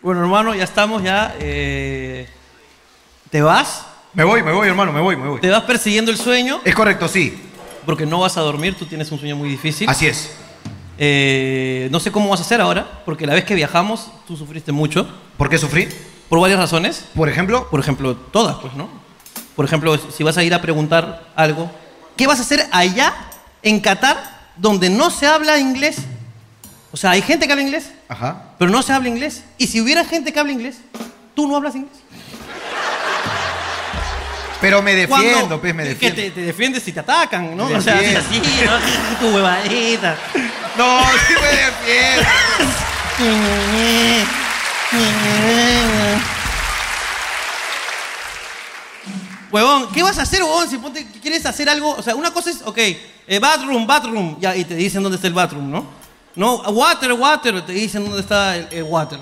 Bueno, hermano, ya estamos, ya. eh, ¿Te vas? Me voy, me voy, hermano, me voy, me voy. ¿Te vas persiguiendo el sueño? Es correcto, sí. Porque no vas a dormir, tú tienes un sueño muy difícil. Así es. Eh, no sé cómo vas a hacer ahora, porque la vez que viajamos tú sufriste mucho, ¿Por qué sufrí? por varias razones. Por ejemplo, Por ejemplo, todas, pues, ¿no? Por ejemplo, si vas a ir a preguntar algo, ¿qué vas a hacer allá en Qatar donde no se habla inglés? O sea, hay gente que habla inglés, ajá. pero no se habla inglés. Y si hubiera gente que habla inglés, tú no hablas inglés. Pero me Cuando- defiendo, pues, me que defiendo. te, te defiendes si te atacan, ¿no? Me O sea, defiendo. así, ¿no? tu huevadita. No, sí me defiendo. Huevón, ¿qué vas a hacer, huevón? Si ponte, quieres hacer algo, o sea, una cosa es, ok, eh, bathroom, bathroom, ya, y te dicen dónde está el bathroom, ¿no? No, water, water, te dicen dónde está el, el water.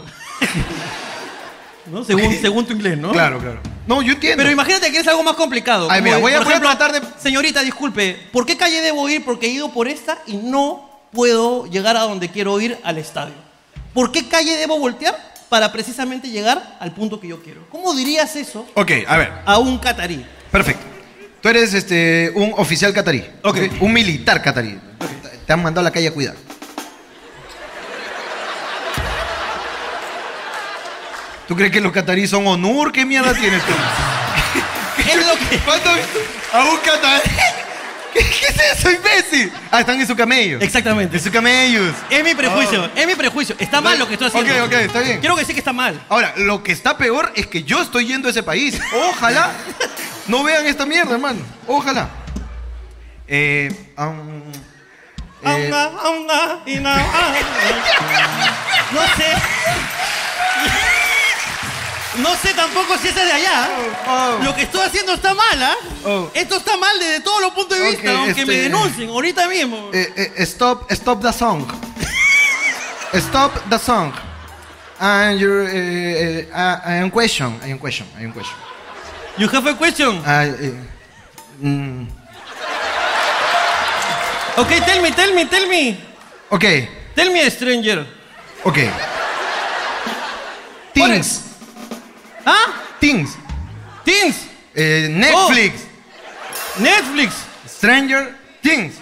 ¿No? Según, Ok. según tu inglés, ¿no? Claro, claro. No, yo entiendo. Pero imagínate que es algo más complicado. Ay, como, mira, voy a- por voy a ejemplo, tratar de- Señorita, disculpe, ¿por qué calle debo ir? Porque he ido por esta y no puedo llegar a donde quiero ir al estadio. ¿Por qué calle debo voltear para precisamente llegar al punto que yo quiero? ¿Cómo dirías eso Ok, a ver, a un catarí? perfecto. Tú eres este, un oficial catarí. Ok. Un militar catarí. Te han mandado a la calle a cuidar. ¿Tú crees que los catarí son honor? ¿Qué mierda tienes tú? Es lo que... ¿Cuánto Ah, has visto a un catarí? ¿Qué, qué es eso, imbécil? Ah, están en su camello. Exactamente. En su camellos. Es mi prejuicio, es mi prejuicio. Está mal lo que estoy haciendo. Oh. Ok, ok, está bien. Quiero que sé que está mal. Ahora, lo que está peor es que yo estoy yendo a ese país. Ojalá no vean esta mierda, hermano. Ojalá. Eh, am, eh, Anga, anga, y na- anga. No sé. No sé tampoco si esa es de allá. Oh, oh. Lo que estoy haciendo está mal, ¿ah? Oh. Esto está mal desde todos los puntos de Ok, vista, aunque me este- denuncien ahorita mismo. eh, eh, stop, stop the song. Stop the song. And your, eh, eh, I, I am question, I am question, I am question. You have a question. I, eh, mm, Ok, tell me, tell me, tell me. ok, Tell me, stranger. ok. Things, ¿Ah? things. Teens. Eh, Netflix. Oh. Netflix. Stranger Things.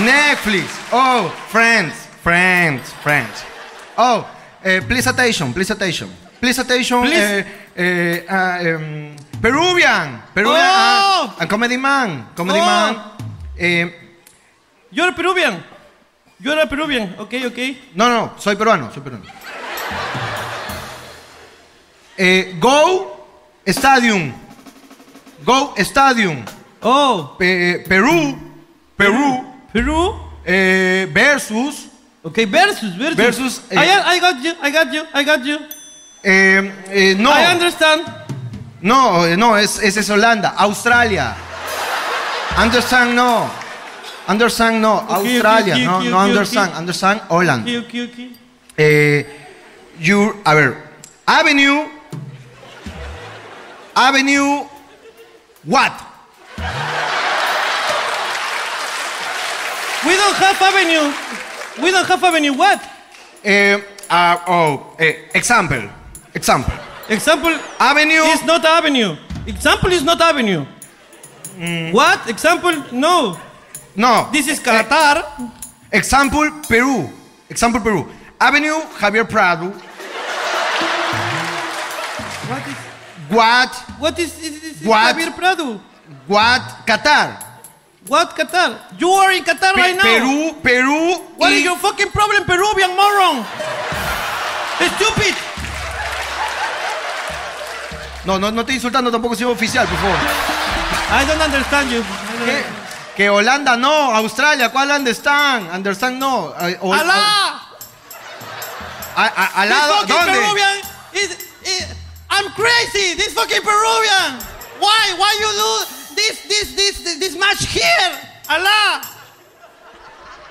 Netflix. Oh, Friends, Friends, Friends. Oh, eh, please attention, please attention. Please attention. Please. eh, eh, ah, em, Peruvian. Peruvian. Oh. ah, and Comedy Man. Comedy Oh. Man. Eh, You're Peruvian. You're a Peruvian. Ok, ok. no, no, soy peruano, soy peruano. Eh, go Stadium. Go Stadium. Oh. Pe- eh, Perú. Perú. Perú. eh, versus. Okay, versus, versus. Versus, eh, I, I got you, I got you, I got you. Eh, eh, no, I understand. no, eh, no, es, es, es Holanda, Australia. Understand no. Understand no, Ok, Australia, ok, ok, no, ok, no ok, understand, ok. understand Holland. Okay, okay, okay. Eh, your, a ver, Avenue, Avenue, what? We don't have avenue. We don't have avenue. What? Eh, ah, oh, eh, example, example. Example Avenue, is not avenue. Example is not avenue. Mm. What? Example? No. no. This is Qatar. Example Perú. Example Perú. Avenue Javier Prado. What is? What? What is? is, is, is What? Javier Prado. What? Qatar. What Qatar? You are in Qatar Pe- right now. Perú, Perú. What y- is your fucking problem, Peruvian moron? Stupid. No, no, no estoy insultando tampoco soy oficial, por favor. I don't understand you. I don't- Que- Que Holanda no, Australia, ¿cuál understand? Understand no. Ay, o- ¡Alá! a- a- al This lado, fucking ¿dónde? Peruvian is, is- I'm crazy. This fucking Peruvian. Why? Why you do this this this this match here? Allah.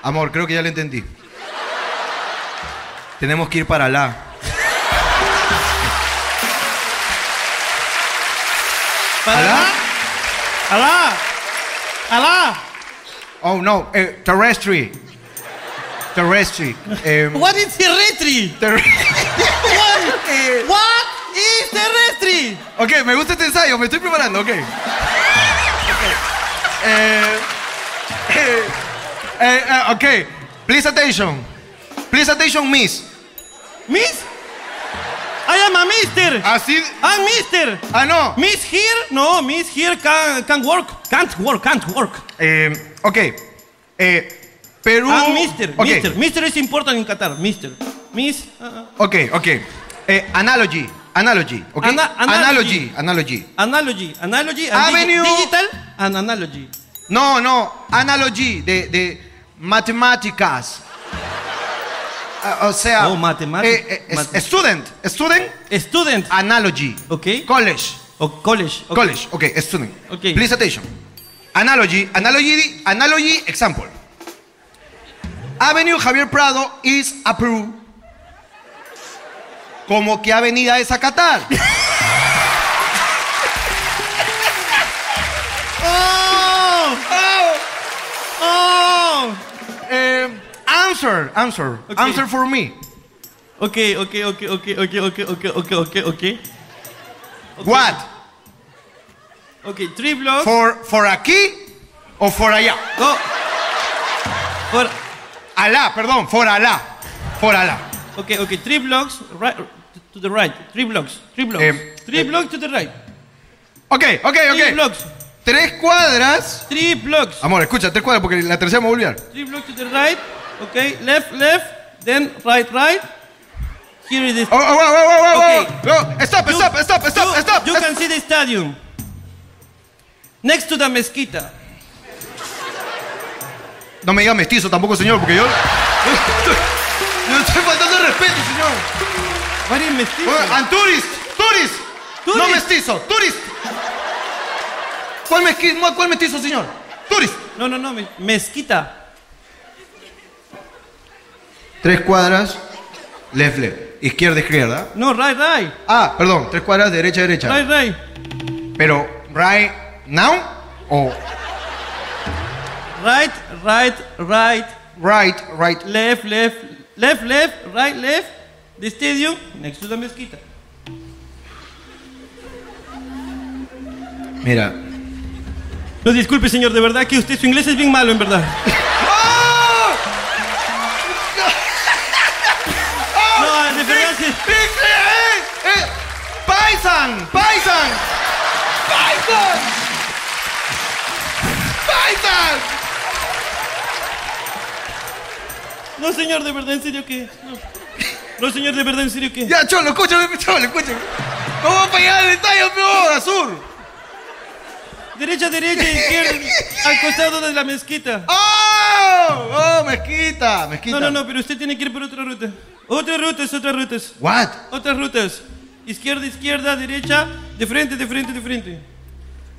Amor, creo que ya lo entendí. Tenemos que ir para Alá. Allah. Alá? Allah. Allah. Oh no, eh, terrestre. Terrestri. em, What is terrestri? ter- What, Eh. what is terrestri? ok, me gusta este ensayo, me estoy preparando, ok. Ok. Eh, eh, eh, eh, ok, please attention. Please attention, miss. Miss? I am a mister. Así. I'm mister. Ah, no. Miss here? No, miss here can, can work. Can't work, can't work. Em, ok. Eh, Perú. I'm Ah, mister. Ok, Mister. Mister is important in Qatar. Mister. Miss. uh, Ok, ok. Eh, analogy. Analogy. ok? Ana- analogy. analogy. Analogy. analogy. Analogy. and digi- Avenue. digital and analogy. No, no, analogy de, de matemáticas. Ah, o sea, Oh, matemática- eh, eh, es- mate- student, student Student. analogy. Ok. College, O college. ok. college, este okay, student. Ok. Please attention. Analogy, analogy, analogy example. Avenue Javier Prado is a Peru. Como que avenida es a Qatar. Oh! Oh! Eh, answer, answer, Ok. answer for me. Ok, ok, ok, ok, ok, ok, ok, ok, ok, ok. What? Ok, three blocks. For, for aquí o for allá. Go. For- Alá, perdón, for alá. For alá. okay, okay, three blocks right to the right. Three blocks. Three blocks. Em, three blocks to the right. Ok, ok, Three ok. blocks. Tres cuadras. Three blocks. Amor, escucha, tres cuadras porque la tercera me va a olvidar. Three blocks to the right. Okay, left, left, then right, right. Here it is. Oh, oh, oh, oh, oh, Ok. oh, oh. Stop, You- stop, stop, stop, you- stop. You can see the stadium. Next to the mezquita. No me diga mestizo tampoco, señor, porque yo... Yo estoy faltando el respeto, señor. What is Bueno, mezquita? And tourist, tourist. Tourist. No mestizo, tourist. ¿Cuál, mezqui- no, ¿Cuál mestizo, señor? Tourist. No, no, no, mez- mezquita. Tres cuadras, left, left. Izquierda, izquierda. No, right, right. Ah, perdón, tres cuadras, derecha, derecha. Right, right. Pero, right now o Right, right, right. right, right. left, left, left, left, right, left, the stadium next to the mezquita. Mira. No, disculpe, señor, de verdad que usted, su inglés es bien malo, en verdad. ¡Ah! No, de verdad sí. ¡Paisan! ¡Paisan! ¡Paisan! ¡Paisan! No, señor, de verdad, en serio que. No, No, señor, de verdad, en serio que. Ya, cholo, escúchame, cholo, escúchame. Vamos para allá al detalle, peor, azul. Derecha, derecha, izquierda, al costado de la mezquita. ¡Oh! ¡Oh, mezquita! Mezquita. No, no, no, pero usted tiene que ir por otra ruta. Otras rutas, otras rutas. ¿What? Otras rutas. Izquierda, izquierda, derecha, de frente, de frente, de frente.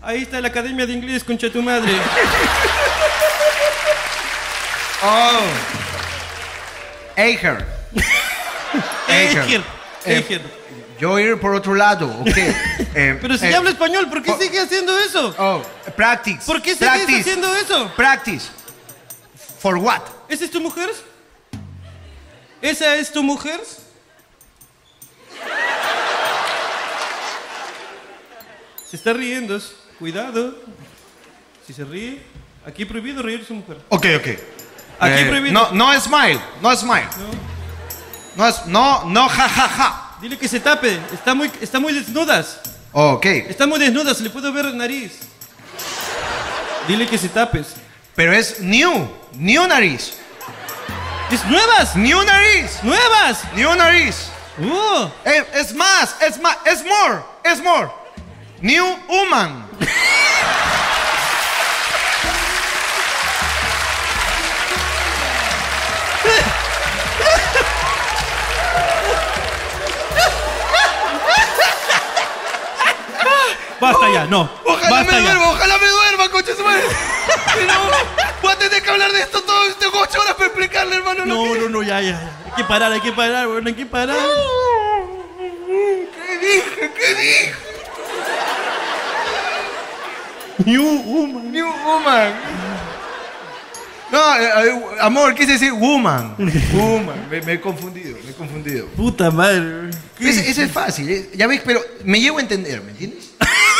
Ahí está la Academia de Inglés, concha tu madre. Oh. Eiger. Eiger. Eiger. Eh, Eiger. Yo ir por otro lado, ok. Eh, Pero si eh, ya habla español, ¿por qué por- sigue haciendo eso? Oh, practice. ¿Por qué sigues practice, haciendo eso? Practice. For what? ¿Esa es tu mujer? ¿Esa es tu mujer? Se está riendo. Cuidado. Si se ríe, aquí prohibido reír su mujer. Ok, ok. Aquí prohibido. Eh, No, no smile, no smile. No, es- no, no, ja, ja, ja. Dile que se tape. Está muy, está muy desnudas. Ok. Está muy desnudas. Le puedo ver la nariz. Dile que se tapes. Pero es new, new nariz. ¡Es nuevas! New nariz, ¡Nuevas! new nariz. ¡Uh! Eh, es más, es más, es more, es more. New woman. Basta ya, no. Ojalá Basta ya. me duerma, ojalá me duerma, coche su madre. Si no, voy a tener que hablar de esto todo, tengo ocho horas para explicarle, hermano. lo No, que- no, no, ya, ya. ya. Hay que parar, hay que parar, bueno, hay que parar. ¿Qué dije? ¿Qué dije? New woman. New woman. No, eh, eh, amor, quise decir woman. Woman. Me, me he confundido, me he confundido. Puta madre. Ese, ese es fácil, eh, ya ves, pero me llevo a entender, ¿me entiendes?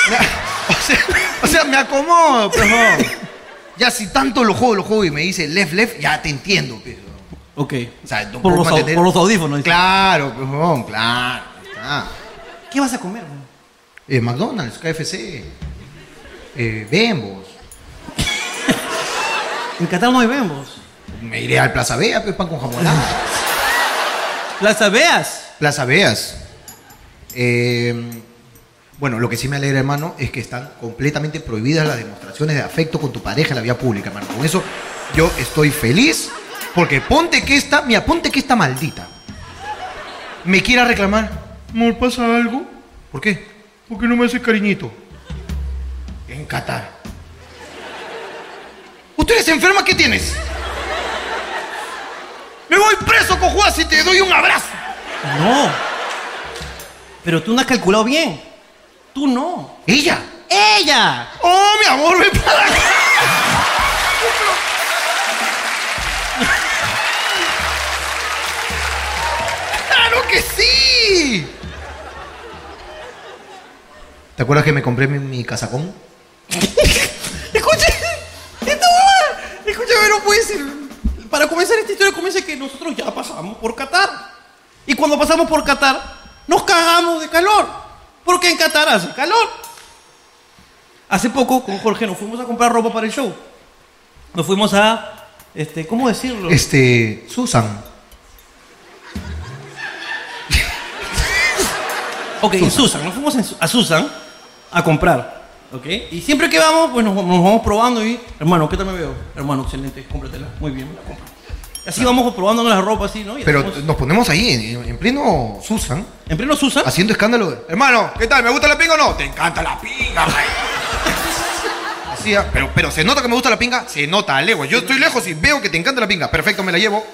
o, sea, o sea, me acomodo, pero no. Ya si tanto lo juego, lo juego y me dice left, left, ya te entiendo, pero. Ok. O sea, no por, puedo los, au- mantener- por los audífonos. dice. Claro, pues, huevón, claro. está. ¿Qué vas a comer? güey? Eh, McDonald's, KFC, eh, Bembos. En Qatar no hay vemos. Me iré al Plaza Vea, pues, pan con jamonada. Las abeas. Plaza Veas. Eh, bueno, lo que sí me alegra, hermano, es que están completamente prohibidas las demostraciones de afecto con tu pareja en la vía pública, hermano. Con eso yo estoy feliz, porque ponte que esta, mira, ponte que esta maldita me quiera reclamar. ¿Me pasa algo? ¿Por qué? Porque no me hace cariñito. En Qatar. ¿Usted eres enferma? ¿Qué tienes? Me voy preso, cojuas, y te doy un abrazo. No. Pero tú no has calculado bien. Tú no. ¿Ella? ¡Ella! ¡Oh, mi amor, ven para acá! ¡Claro que sí! ¿Te acuerdas que me compré mi, mi casacón? Escuche, esta huevada. Escúchame, no puede ser. pues, Para comenzar esta historia comienza que nosotros ya pasamos por Qatar. Y cuando pasamos por Qatar, nos cagamos de calor. Porque en Qatar hace calor. Hace poco con Jorge nos fuimos a comprar ropa para el show. Nos fuimos a, este, ¿cómo decirlo? Este, Susan. Ok, en Susan, nos fuimos en Su- a Susan a comprar. Ok, y siempre que vamos, pues nos, nos vamos probando y, hermano, ¿qué tal me veo? Hermano, excelente, cómpratela. Muy bien, me la compro. Y Así vamos probando la ropa, así, ¿no? Y Pero hacemos- nos ponemos ahí, en, en pleno Susan, en pleno Susan, haciendo escándalo. Hermano, ¿qué tal? ¿Me gusta la pinga o no? Te encanta la pinga, güey. Así, ah, pero, pero se nota que me gusta la pinga, se nota a legua. Yo estoy lejos y veo que te encanta la pinga. Perfecto, me la llevo.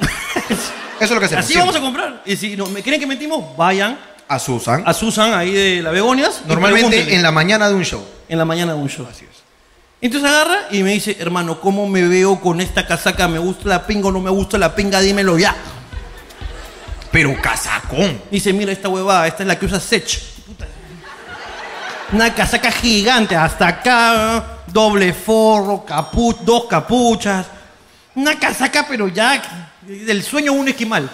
Eso es lo que hacemos. así vamos a comprar. Y si no, me creen que mentimos, vayan a Susan. a Susan ahí de la Begonias. y Normalmente pregúntenle. en la mañana de un show. en la mañana de un show. Así es. Entonces agarra y me dice, hermano, ¿cómo me veo con esta casaca? ¿Me gusta la pinga o no me gusta la pinga? Dímelo ya. Pero casacón. Dice, mira esta huevada, esta es la que usa Sech. Puta. Una casaca gigante, hasta acá, ¿eh? doble forro, capu- dos capuchas. Una casaca, pero ya del sueño un esquimal.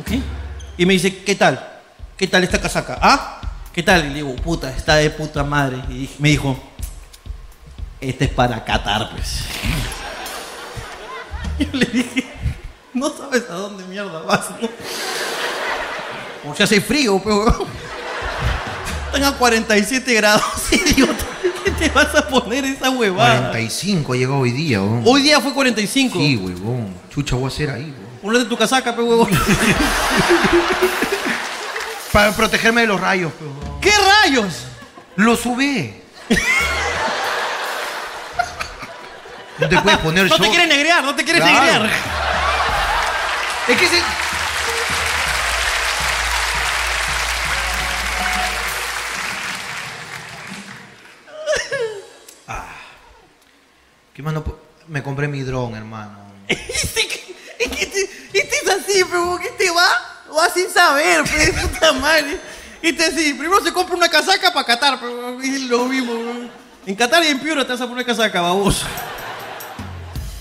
¿Ok? Y me dice, ¿qué tal? ¿Qué tal esta casaca? ¿Ah? ¿Qué tal? Y le digo, puta, está de puta madre. Y dije- me dijo, este es para Qatar, pues. Yo le dije, no sabes a dónde mierda vas, ¿no? O sea, hace frío, pues, pero. Están a 47 grados, idiota. ¿Qué te vas a poner esa Ah. huevada? 45 ha llegado hoy día, weón. Hoy día fue 45. Sí, huevón. Chucha, voy a hacer ahí, weón. Ponete tu casaca, pe huevón. Para protegerme de los rayos, pe, huevón. ¿Qué rayos? Lo sube. no te puedes poner No te short. quieres negrear, no te quieres Claro. negrear. Es que ese- Ah. ¿Qué más no po- Me compré mi dron, hermano. ¿Y este qué- y qué te- y este es así, pe huevón, ¿Qué te este va? Va sin saber, pe puta madre. Este así, primero se compra una casaca para Qatar, pe huevón, y lo mismo, huevón. En Qatar y en Piura te vas a poner casaca, baboso.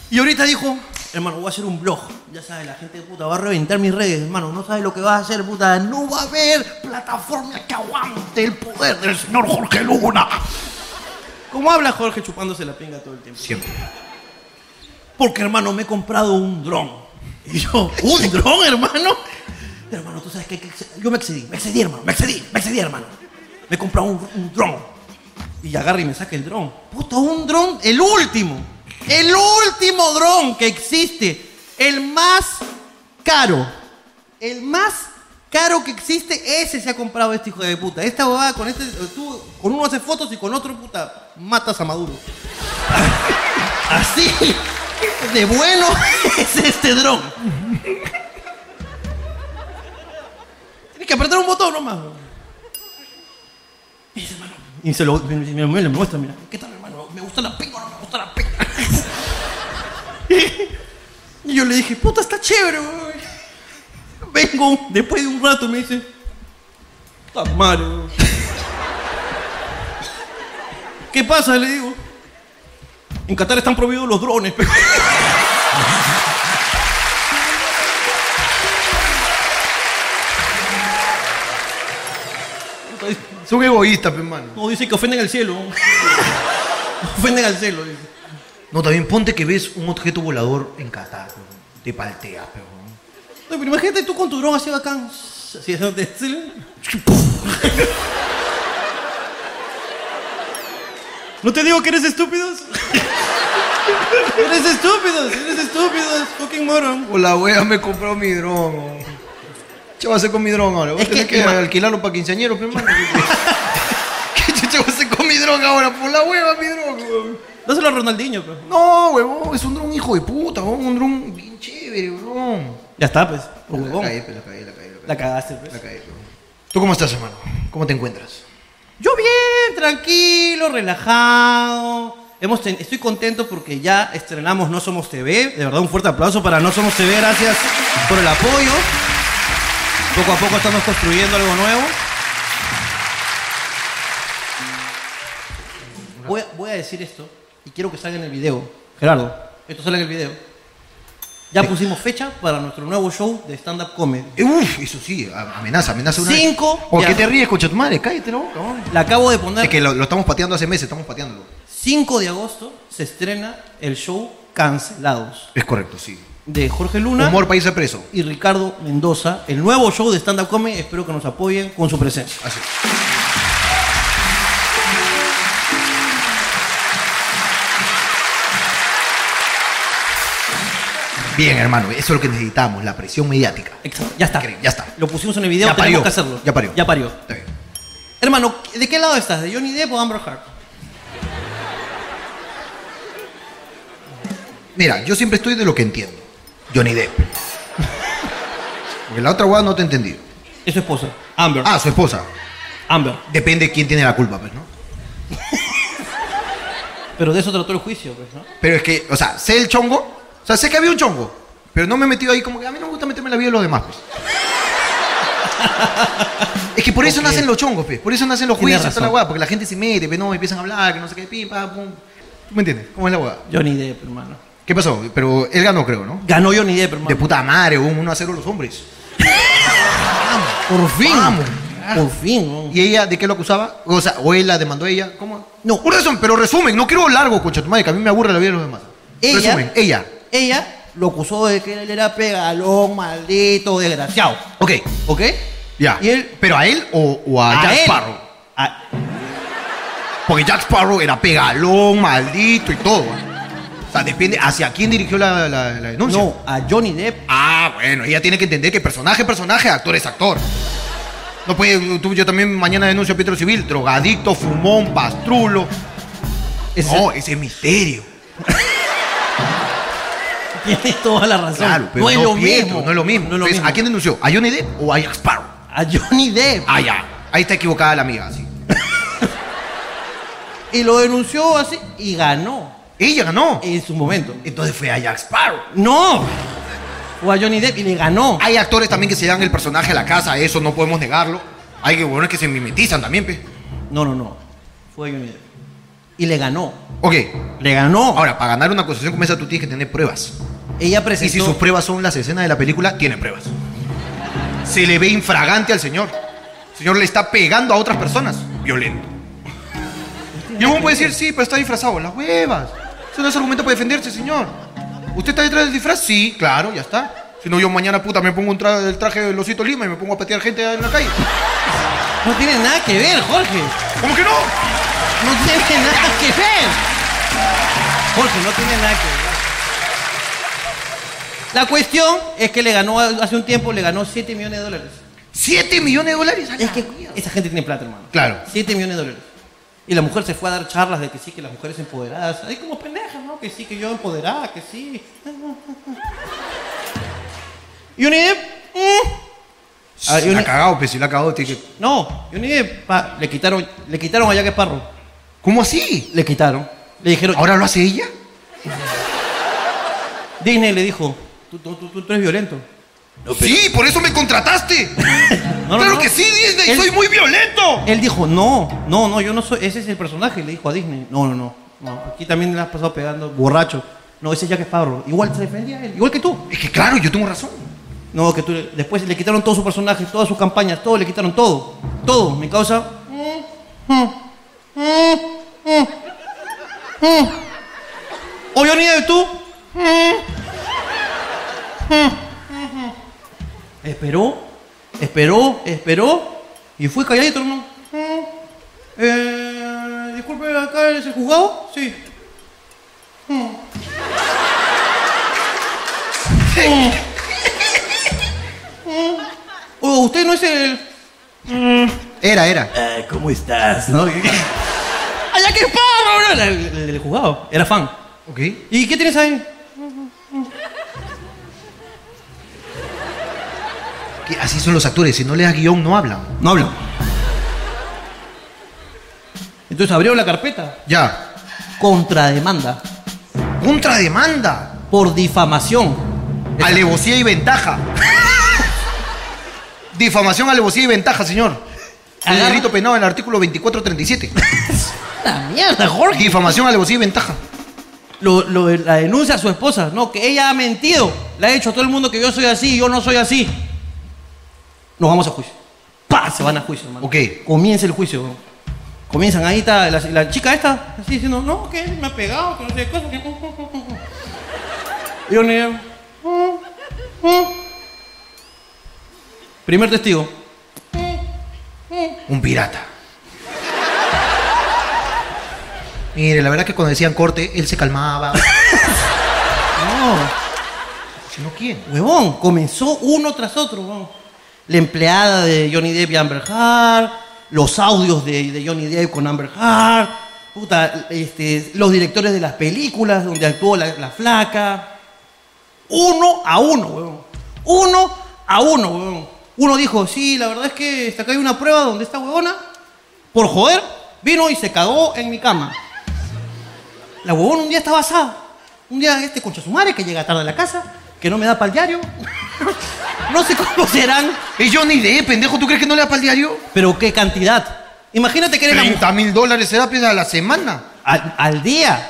Y ahorita dijo, hermano, voy a hacer un blog. Ya sabes, la gente puta va a reventar mis redes, hermano. No sabes lo que vas a hacer, puta. No va a haber plataforma que aguante el poder del señor Jorge Luna. ¿Cómo habla Jorge chupándose la pinga todo el tiempo? Siempre. Porque, hermano, me he comprado un dron. Y yo, ¿un dron, hermano? Pero, hermano, tú sabes que, que- yo me excedí, me excedí, hermano, me excedí, me excedí, hermano. Me he comprado un, un dron. Y agarra y me saca el dron. Puta, un dron, el último. El último dron que existe. El más caro. El más caro que existe, ese se ha comprado este hijo de puta. Esta bobada con este, tú con uno haces fotos y con otro, puta, matas a Maduro. Así de bueno es este dron. Tienes que apretar un botón nomás. Y dice, hermano. Y se lo me, me- me- me lo muestra, mira. ¿Qué tal, hermano? Me gusta la pinga, o no me gusta la pinga. Y yo le dije, puta, está chévere, weón. Vengo, después de un rato me dice, está mal, weón". ¿Qué pasa? Le digo, en Qatar están prohibidos los drones, pe". Son egoístas, pe, mano. No, dice que ofenden al cielo. ofenden al cielo, dice. No, también ponte que ves un objeto volador en Qatar, pe, te palteas, pe, weón. No, pero imagínate tú con tu dron así bacán. Así es donde ¿No te digo que eres estúpidos? eres estúpidos, eres estúpidos, fucking moron. Hola, wea, me he comprado mi dron. weón. ¿Qué voy a hacer con mi dron ahora? Voy a Es que- tener que, ima- alquilarlo para quinceañeros, pe, mano. ¿Qué chucha voy a hacer con mi dron ahora? Por la hueva, mi dron, weón. Dáselo a Ronaldinho, pero. No, huevón, es un dron hijo de puta, weón. Un dron bien chévere, weón. Ya está, pues. La huevón. caí, pe, la caí, la caí, la caí. La cagaste, pues. La caí, weón. ¿Tú cómo estás, hermano? ¿Cómo te encuentras? Yo bien, tranquilo, relajado. Hemos ten- Estoy contento porque ya estrenamos No Somos TV. De verdad, un fuerte aplauso para No Somos TV. Gracias por el apoyo. Poco a poco estamos construyendo algo nuevo. Voy a, voy a decir esto y quiero que salga en el video. Gerardo, esto sale en el video. Ya pusimos fecha para nuestro nuevo show de stand-up comedy. Eh, Uf, eso sí, a- amenaza, amenaza una vez. Cinco, ¿Por qué ya. te ríes, coche tu madre? Cállate la boca, weón. La acabo de poner. Es que lo, lo estamos pateando hace meses, estamos pateándolo. 5 de agosto se estrena el show Cancelados Es correcto, sí. de Jorge Luna Humor país de preso. y Ricardo Mendoza, el nuevo show de stand-up comedy. Espero que nos apoyen con su presencia. Así. Bien, hermano, eso es lo que necesitamos, la presión mediática. Exacto, ya está. Increíble, ya está. Lo pusimos en el video, Ya tenemos parió, que hacerlo. ya parió. Ya parió. Está bien. Hermano, ¿de qué lado estás? ¿De Johnny Depp o Amber Heard? Mira, yo siempre estoy de lo que entiendo. Johnny Depp. Porque la otra guada no te he entendido. Es su esposa. Amber. Ah, su esposa. Amber. Depende de quién tiene la culpa, pues, ¿no? Pero de eso trató el juicio, pues, ¿no? Pero es que, o sea, sé el chongo, o sea, sé que había un chongo, pero no me he metido ahí como que a mí no me gusta meterme en la vida de los demás, pues. Es que por eso nacen los chongos, pues. Por eso nacen los Tienes juicios, toda la razón. guada, porque la gente se mete, pues, no, empiezan a hablar, que no sé qué, pim, pam, pum. ¿Tú me entiendes? ¿Cómo es la guada? Johnny Depp, hermano. ¿Qué pasó? Pero él ganó, creo, ¿no? Ganó Johnny Depp, hermano. De puta madre, un 1 a 0 los hombres. Por fin. Vamos. Por fin. ¿no? ¿Y ella de qué lo acusaba? O sea, o él la demandó a ella. ¿Cómo? No. un resumen, pero resumen, no quiero largo, concha tu madre, que a mí me aburre la vida de los demás. Ella- Resumen, ella. Ella lo acusó de que él era pegalón, maldito, desgraciado. Ok, ¿Ok? ya. Y él ¿Pero a él o, o a, Jack él. Sparrow? A- Porque Jack Sparrow era pegalón, maldito y todo. O sea, depende hacia quién dirigió la, la- la denuncia. no, a Johnny Depp. Ah, bueno, ella tiene que entender que personaje es personaje, actor es actor. No puede, tú- yo también mañana denuncio a Pietro Civil, drogadicto, fumón, pastrulo. Ese- No, ese es misterio. Tiene toda la razón. Claro, pero no, no, es lo Pietro, mismo. no es lo mismo. Pues, Entonces, mismo. ¿A quién denunció? ¿A Johnny Depp o a Jack Sparrow? A Johnny Depp. Ah, ya. Ahí está equivocada la amiga, sí. Y lo denunció así y ganó Ella ganó. en su momento. Entonces fue a Jack Sparrow. No. O a Johnny Depp y le ganó. Hay actores también que se llevan el personaje a la casa, eso no podemos negarlo. Hay que huevones que se mimetizan también, pe. No, no, no. Fue a Johnny Depp. Y le ganó. Ok, Le ganó. ahora, para ganar una acusación como esa tú tienes que tener pruebas. Ella Y presentó. si sus pruebas son las escenas de la película, tiene pruebas. Se le ve infragante al señor. El señor le está pegando a otras personas. Violento. Y uno puede decir, sí, pero está disfrazado. Las huevas. Eso no es argumento para defenderse, señor. ¿Usted está detrás del disfraz? Sí, claro, ya está. Si no, yo mañana, puta, me pongo un tra- el traje de Losito Lima y me pongo a patear gente en la calle. No tiene nada que ver, Jorge. ¿Cómo que no? No tiene nada que ver. Jorge, no tiene nada que ver. La cuestión es que le ganó, hace un tiempo le ganó 7 millones de dólares. 7 millones de dólares. Es que esa gente tiene plata, hermano. Claro. 7 millones de dólares. Y la mujer se fue a dar charlas de que sí, que las mujeres empoderadas. Ahí como pendejas, ¿no? Que sí, que yo empoderada, que sí. Y Johnny Depp, mm, Ah, y la una- ha cagado, pues si la ha cagado. tiene que- No, Johnny Depp, pa, le quitaron, le quitaron a Jack Sparrow. ¿Cómo así? Le quitaron. Le dijeron, ¿Ahora lo hace ella? Disney le dijo, tú, tú, tú, tú eres violento. Sí, por eso me contrataste. No, no, claro no. que sí, Disney, Él- soy muy violento. Él dijo, no, no, no, yo no soy, ese es el personaje, le dijo a Disney. No, no, no, no, aquí también le has pasado pegando, borracho. No, ese es Jack Sparrow. Igual se defendía él, igual que tú. Es que claro, yo tengo razón. No, que tú, le- después le quitaron todos sus personajes, todas sus campañas, todo, le quitaron todo. Todo, mi causa. O Johnny Depp, tú. Esperó, esperó, esperó y fue calladito, hermano. Eh, disculpe, acá es el juzgado. Sí. O Oh, usted no es el. Era, era. Mm. Eh, ¿Cómo estás? ¿No? ¡Allá que parro! El, el- el juzgado era fan. Ok. ¿Y qué tienes ahí? Que así son los actores, si no le das guión no hablan. No hablo. Entonces abrió la carpeta. Ya. Contrademanda Contrademanda. por difamación. Alevosía y ventaja. Difamación, alevosía y ventaja, señor. El Agarra- delito penado en el artículo 2437. La mierda, Jorge. Difamación, alevosía y ventaja. Lo, lo- la denuncia a su esposa. No, que ella ha mentido. Le ha dicho a todo el mundo que yo soy así y yo no soy así. Nos vamos a juicio. ¡Pah! Se van a juicio, hermano. Ok. Comienza el juicio. bro. Comienzan ahí, está la, la chica esta, así diciendo, no, que me ha pegado, que no sé qué cosa. que- Y yo ni idea. Primer testigo. Un pirata. Mire, la verdad que cuando decían corte, él se calmaba. No. Si no, ¿quién? Huevón, comenzó uno tras otro. huevón. La empleada de Johnny Depp y Amber Heard, los audios de, de Johnny Depp con Amber Heard, puta, este, los directores de las películas donde actuó la, la flaca. Uno a uno, huevón. Uno a uno, huevón. Uno dijo, sí, la verdad es que hasta acá hay una prueba donde esta huevona, por joder, vino y se cagó en mi cama. La huevona un día estaba asada. Un día este concha su madre que llega tarde a la casa, que no me da para el diario. no sé cómo serán, Es Johnny Depp, pendejo. ¿Tú crees que no le da para el diario? pero qué cantidad. Imagínate que eres la mujer 30 mil dólares se da pues, a la semana. al, al día.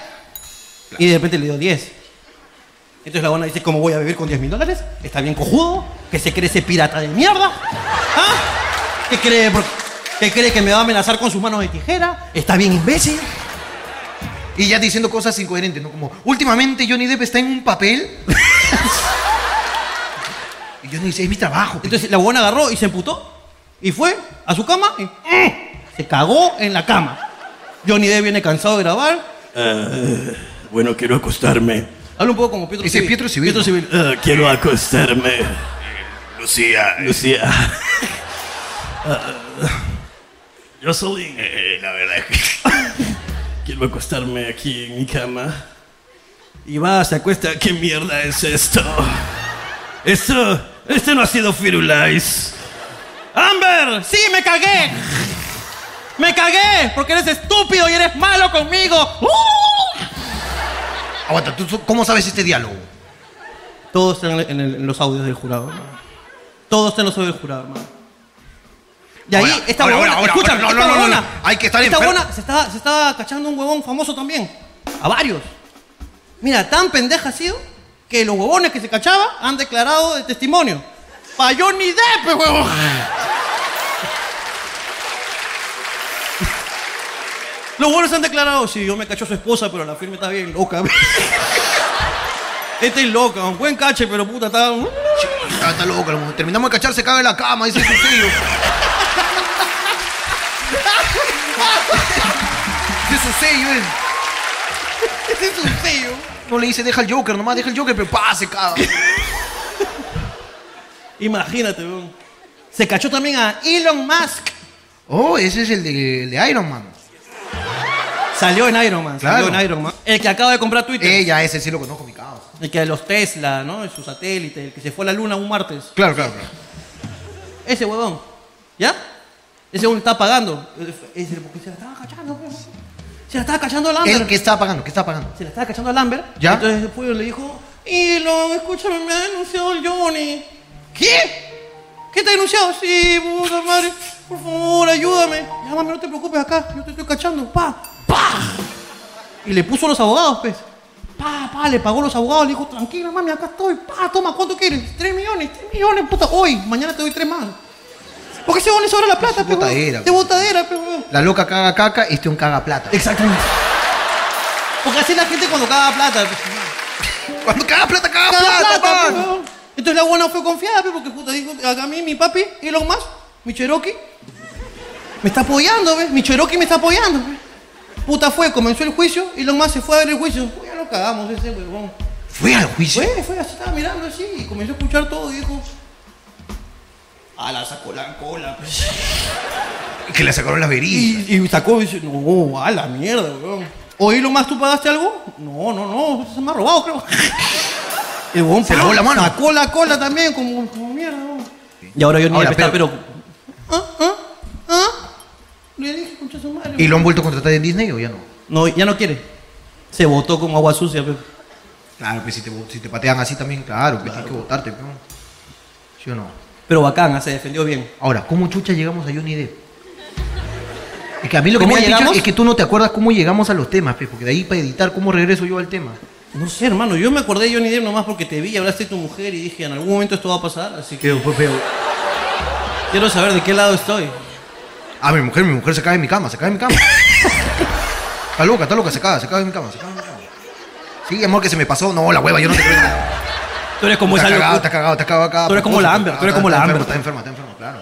Y de repente le dio 10. Entonces la huevona dice, ¿cómo voy a vivir con 10 mil dólares? Está bien cojudo, que se cree ese pirata de mierda. ¿Ah? ¿Qué cree? por- ¿Qué cree que me va a amenazar con sus manos de tijera? Está bien imbécil. Y ya diciendo cosas incoherentes, ¿no? Como, últimamente Johnny Depp está en un papel. y Johnny dice, es mi trabajo. pe- Entonces la buena agarró y se emputó y fue a su cama y ¡mm! se cagó en la cama. Johnny Depp viene cansado de grabar. Ah, bueno, quiero acostarme. Habla un poco como Pietro Ese Civil. Pietro Civil, ¿no? Civil. Ah, quiero acostarme. Lucía, Eh, Lucía. Ah, Jocelyn. eh, la verdad es que Quiero acostarme aquí en mi cama. Y va, se acuesta. ¿Qué mierda es esto? Esto. Esto no ha sido Firulais. ¡Amber! ¡Sí, me cagué! ¡Me cagué! Porque eres estúpido y eres malo conmigo. ¡Uh! Aguanta, ¿tú so- cómo sabes este diálogo? Todos están en, el- en los audios del jurado, hermano. Todos están en los audios del jurado, hermano. Y ahí, Ahora, esta ahora, huevona, ahora, ahora, escúchame, no, esta no, no, no, huevona- no. Hay que estar Esta enfer- huevona se estaba, se estaba cachando un huevón famoso también. A varios. Mira, tan pendeja ha sido que los huevones que se cachaba han declarado de testimonio. Pa' Johnny Depp, pues, huevón. Los huevones han declarado, sí, yo me cachó su esposa, pero la firma está bien loca. Esta es loca, un buen cache, pero puta, está... Ah, está loco. lo- Terminamos de cachar, se caga en la cama, dice su sello. Dice su sello, él. Ese es un sello. No le dice, deja el Joker, nomás deja el Joker, pero pa, se caga. Imagínate, weón. Se cachó también a Elon Musk. Oh, ese es el de, el de Iron Man. Salió en Iron Man. Salió Claro. en Iron Man. El que acaba de comprar Twitter. Ella, Eh, ese sí lo conozco, mi caos. El que de los Tesla, ¿no? En su satélite. El que se fue a la luna un martes. Claro, claro, claro. Ese huevón. ¿Ya? Ese huevón está pagando. Eh, Ese, porque se la estaba cachando, weón. Se la estaba cachando al Amber. Ah, ¿Qué estaba pagando? ¿Qué estaba pagando? Se la estaba cachando al Amber. ¿Ya? Entonces el pollo le dijo, Y lo, escúchame, me ha denunciado el Johnny. ¿Qué? ¿Qué te ha denunciado? Sí, puta madre, por favor, ayúdame. Ya, mami, no te preocupes acá, yo te estoy cachando. Pa, pa. Y le puso los abogados, pues. Pa, pa, le pagó los abogados, le dijo, tranquila, mami, acá estoy. Pa, toma, ¿cuánto quieres? Tres millones, tres millones, puta. Hoy, mañana te doy tres más. Porque ese bono sobra la plata, pues. weón. botadera, De pues. botadera, pues. weón. La loca caga caca y este un caga plata. Exactamente. Porque así la gente cuando caga plata. pues, Cuando caga plata, caga, caga plata, plata, man. pues, weón. Entonces la buena fue confiada, pues, porque puta, dijo, acá a mí, mi papi, Elon Musk, mi Cherokee, me está apoyando, ¿ves? Mi Cherokee me está apoyando, pues. Puta fue, comenzó el juicio, Elon Musk se fue a ver el juicio. Uy, ya lo cagamos ese huevón. Fue al juicio. Fue, fue, así estaba mirando así y comenzó a escuchar todo y dijo... Ah, A la sacó la cola, pues. Que le sacaron las verillas. Y, y sacó y dice, no, a la mierda, weón. Oí lo más, ¿tú pagaste algo? No, no, no, se me ha robado, creo. El weón Se lavó la mano. Sacó la cola también, como, como mierda, weón. Y ahora yo ni Ahora, le prestaba, pero- pero... ¿Ah? ¿Ah? ¿Ah? Le dije, concha su madre. ¿Y lo han vuelto a contratar en Disney o ya no? No, ya no quiere. Se botó con agua sucia, pe. Claro, pues si te, si te patean así también, claro, pues tienes que votarte, pero. ¿Sí o no? pero bacán, ah, se defendió bien. Ahora, ¿cómo chucha llegamos a Johnny Depp? Es que a mí lo que me ¿Cómo han dicho llegamos? es que tú no te acuerdas cómo llegamos a los temas, pues, porque de ahí para editar, ¿cómo regreso yo al tema? No sé, hermano, yo me acordé de Johnny Depp nomás porque te vi y hablaste de tu mujer y dije, en algún momento esto va a pasar, así que Que fue feo. quiero saber de qué lado estoy. Ah, mi mujer, mi mujer se cae de mi cama, se cae de mi cama. está loca, está loca, se cae, se cae de mi cama, se cae de mi cama. Sí, amor, que se me pasó. No, la hueva, yo no te creo. Está Tú eres como esa cagado, está cagado, está cagado acá. Ah, Tú eres como la Amber, tú eres como la Amber. Está enferma, está enferma, claro.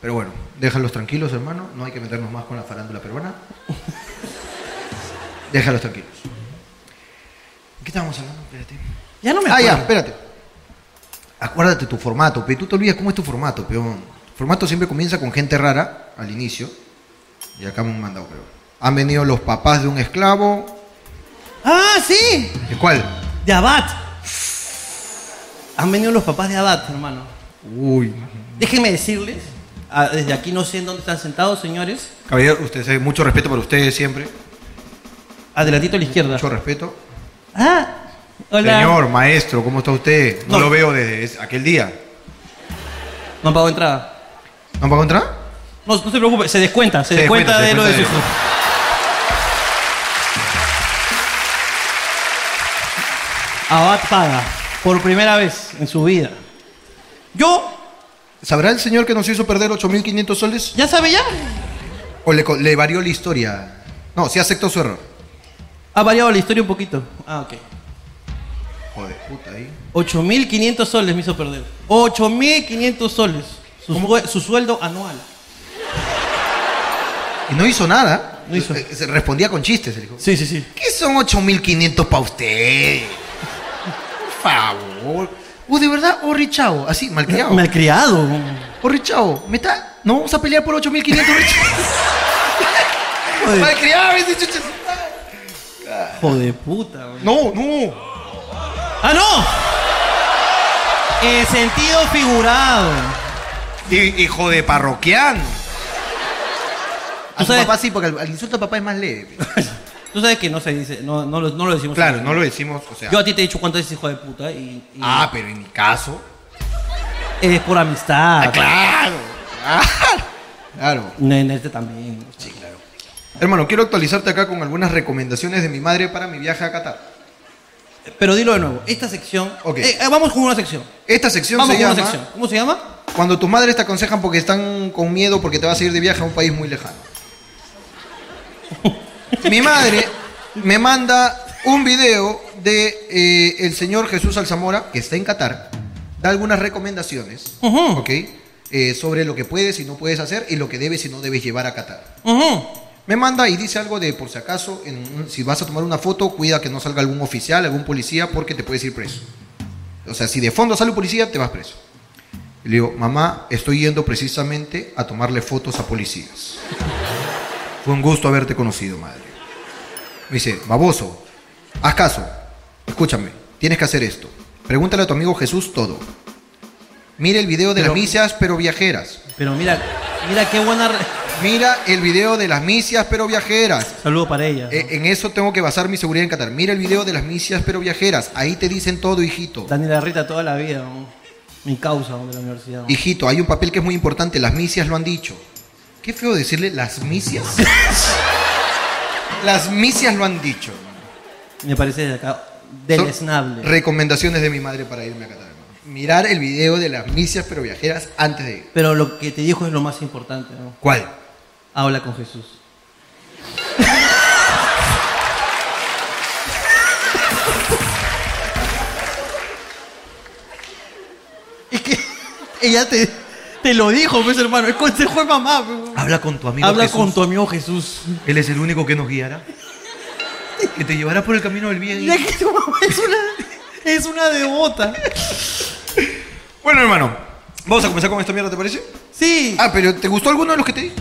Pero bueno, déjalos tranquilos, hermano. No hay que meternos más con la farándula peruana. Déjalos tranquilos. ¿De ¿Qué estábamos hablando? Espérate. Ya no me Ah, acuerdo. ya, espérate. Acuérdate tu formato, pe. Tú te olvidas cómo es tu formato, peón. El formato siempre comienza con gente rara al inicio. Y acá me han mandado, creo. Han venido los papás de un esclavo. Ah, sí. ¿De cuál? De Abad. Han venido los papás de Abad, hermano. Uy. Déjenme decirles, ah, desde aquí no sé en dónde están sentados, señores. Caballero, ustedes, mucho respeto para ustedes siempre. Adelantito a la izquierda. Mucho respeto. Ah, hola. Señor, maestro, ¿cómo está usted? No, No. lo veo desde es- aquel día. No han pagado entrada. ¿No va a entrar? No, no se preocupe, se descuenta, se, Se descuenta, descuenta, se de lo de descuenta sus... Abad paga, por primera vez en su vida. Yo, ¿Sabrá el señor que nos hizo perder 8.500 soles? ya sabe ya, ¿O le, co- le varió la historia? No, sí aceptó su error. ha variado la historia un poquito. Ah, ok. Joder, puta ahí. 8.500 soles me hizo perder. 8.500 soles. Su, sue- su sueldo anual. Y no hizo nada. No hizo. Eh, se Respondía con chistes, el hijo. Sí, sí, sí. ¿Qué son 8.500 para usted? Por favor. Uh, de verdad, Orri Chavo, así, malcriado. Malcriado. Orri Chavo, me está. No vamos a pelear por 8.500, Orri Chavo. Joder. malcriado, ese chucha. Hijo de puta. güey. No, no. ¡Ah, no! En sentido figurado. Hi- Hijo de parroquiano. A Tú su sabes- papá sí, porque al, al insulto a papá es más leve. Tú sabes que no se dice, no, no, lo, no lo decimos. Claro, no lo decimos, o sea. Yo a ti te he dicho cuánto es hijo de puta y, y Ah, pero en mi caso. ah, es por amistad. Claro. Claro. Claro. No, En este también. Sí, claro. Hermano, quiero actualizarte acá con algunas recomendaciones de mi madre para mi viaje a Qatar. Pero dilo de nuevo. Esta sección. Ok. Eh, eh, vamos con una sección. Esta sección Vamos se con llama una sección. ¿Cómo se llama? Cuando tus madres te aconsejan porque están con miedo porque te vas a ir de viaje a un país muy lejano. mi madre me manda un video de eh, el señor Jesús Alzamora, que está en Qatar, da algunas recomendaciones, Ujú. ¿ok? Eh, sobre lo que puedes y no puedes hacer y lo que debes y no debes llevar a Qatar. Ujú. Me manda y dice algo de por si acaso, en un- si vas a tomar una foto, cuida que no salga algún oficial, algún policía, porque te puedes ir preso. O sea, si de fondo sale un policía, te vas preso. Y le digo, mamá, estoy yendo precisamente a tomarle fotos a policías. Fue un gusto haberte conocido, madre. Me dice, baboso, haz caso, escúchame, tienes que hacer esto. Pregúntale a tu amigo Jesús todo. Mire el video de Pero- las misas, pero viajeras. Pero mira, mira qué buena. re- Mira el video de las misias pero viajeras. Saludo para ella. Eh, en eso tengo que basar mi seguridad en Qatar. Mira el video de las misias pero viajeras. Ahí te dicen todo, hijito. Daniela Rita toda la vida. ¿no? Mi causa ¿no? de la universidad. ¿no? Hijito, hay un papel que es muy importante. Las misias lo han dicho. Qué feo decirle las misias. las misias lo han dicho. hermano. Me parece de acá Son deleznable. Recomendaciones de mi madre para irme a Qatar. hermano. Mirar el video de las misias pero viajeras antes de ir. Pero lo que te dijo es lo más importante. ¿no? ¿Cuál? Habla con Jesús. es que ella te, te lo dijo, pues hermano. El consejo de mamá. pues. Habla con tu amigo Habla Jesús. con tu amigo Jesús. Él es el único que nos guiará. Que te llevará por el camino del bien. Mira que tu mamá es una, es una devota. Bueno, hermano, vamos a comenzar con esta mierda, ¿te parece? Sí. Ah, pero ¿te gustó alguno de los que te di?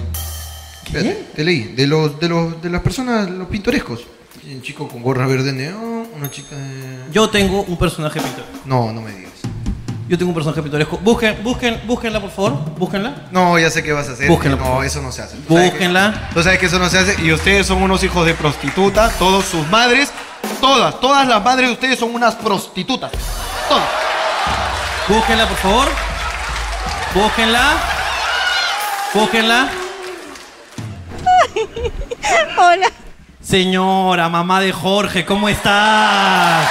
Espérate, te leí. De los, de los, de las personas, los pintorescos. Un chico con gorra verde neón, una chica de... Yo tengo un personaje pintoresco. No, no me digas. Yo tengo un personaje pintoresco. Busquen, busquen, búsquenla, por favor. Búsquenla. No, ya sé qué vas a hacer. Búsquenla, por no, favor. eso no se hace. Tú sabes que- Búsquenla. Tú sabes que eso no se hace. Y ustedes son unos hijos de prostituta, todos sus madres, todas, todas las madres de ustedes son unas prostitutas. Todas. Búsquenla, por favor. Búsquenla. Búsquenla. Hola. Señora, mamá de Jorge, ¿cómo estás?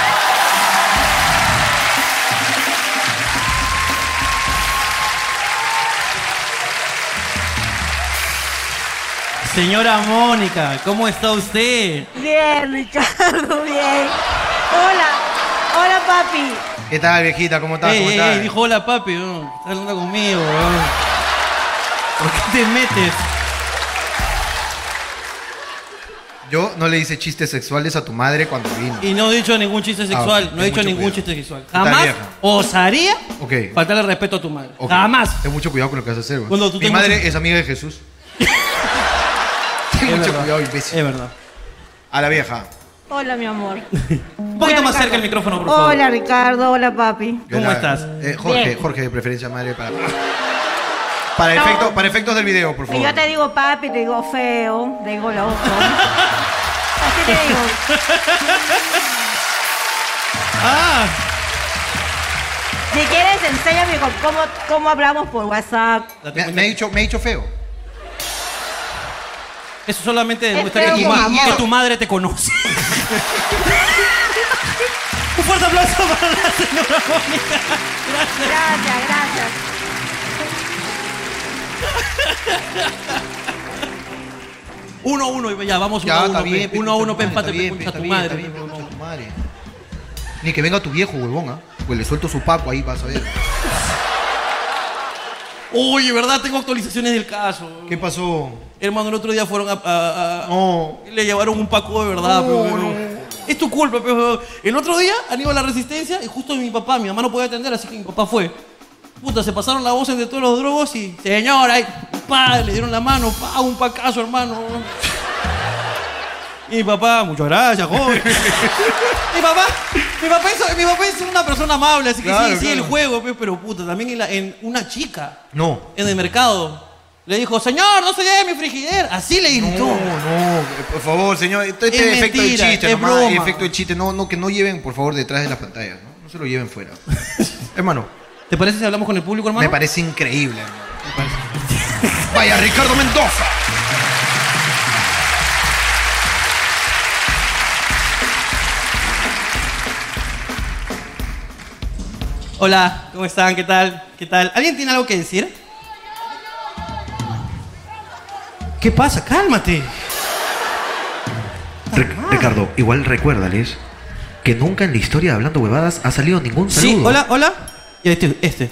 Señora Mónica, ¿cómo está usted? Bien, Ricardo, bien. Hola. Hola, papi. ¿Qué tal, viejita? ¿Cómo estás? Ey, ¿Cómo ey, estás? ey, dijo hola papi, weón. Estás hablando conmigo, weón. ¿Por qué te metes? Yo no le hice chistes sexuales a tu madre cuando vino. Y no he dicho ningún chiste sexual, Ah, ok, no he ten dicho mucho ningún cuidado. chiste sexual. Está Jamás vieja. osaría Ok. faltarle respeto a tu madre. Ok. Jamás. Ten mucho cuidado con lo que vas a hacer, güey. Cuando tú Mi tengas- madre es amiga de Jesús. Ten Es mucho verdad, cuidado, Es imbécil. verdad. A la vieja. Hola, mi amor. Un poquito más cerca el micrófono, por favor. Hola, Ricardo. Hola, papi. Yo ¿Cómo la- estás? Eh, Jorge, Bien. Jorge, de preferencia madre para. Para, No. efecto- para efectos del video, por Y favor. yo te digo papi, te digo feo, te digo loco. Así te digo. Ah, Si quieres, enséñame con- cómo, cómo hablamos por WhatsApp. Me, me ha dicho, me ha dicho feo. eso solamente demuestra feo que tu, como ma- amor. que tu madre te conoce. Un fuerte aplauso para la señora Mónica. Gracias, gracias. Uno a uno, ya, vamos uno Ya, a está uno. bien. pe. Uno a uno, pe, está empate, pe, bien, concha está tu bien, madre. está bien, pe, concha tu huevón. madre. Ni que venga tu viejo, huevón, ¿ah? Pues le suelto su papo ahí, vas a ver. Oye, ¿verdad? Tengo actualizaciones del caso. ¿Qué pasó? Hermano, el otro día fueron a- a- a, No. Le llevaron un paco de verdad, No, pe, huevón. no. Es tu culpa, pe, huevón. El otro día han ido a la resistencia y justo mi papá, mi mamá no podía atender, así que mi papá fue. Puta, se pasaron las voces de todos los drogos y. Señora, y pa, le dieron la mano, pa, un pacazo, hermano. Y mi papá, muchas gracias, joven. mi papá, mi papá, es, mi papá es una persona amable, así que Claro, sí, sí, el claro. juego, pe, pero puta, también en, la- en una chica, No. en el mercado. Le dijo, señor, no se lleve mi frigider. Así le No, gritó. no, eh, por favor, señor, este Es este efecto de mentira, chiste, es nomás, broma. efecto de chiste, no, no, que no lleven, por favor, detrás de las pantallas, no, no se lo lleven fuera. hermano, ¿Te parece si hablamos con el público, hermano? me parece increíble, hermano. Vaya, Ricardo Mendoza. Hola, ¿cómo están? ¿Qué tal? ¿Qué tal? ¿Alguien tiene algo que decir? ¿Qué pasa? Cálmate. Ric- Ah. Ricardo, igual recuérdales que nunca en la historia de Hablando Huevadas ha salido ningún saludo. Sí, hola, hola. Y este, este.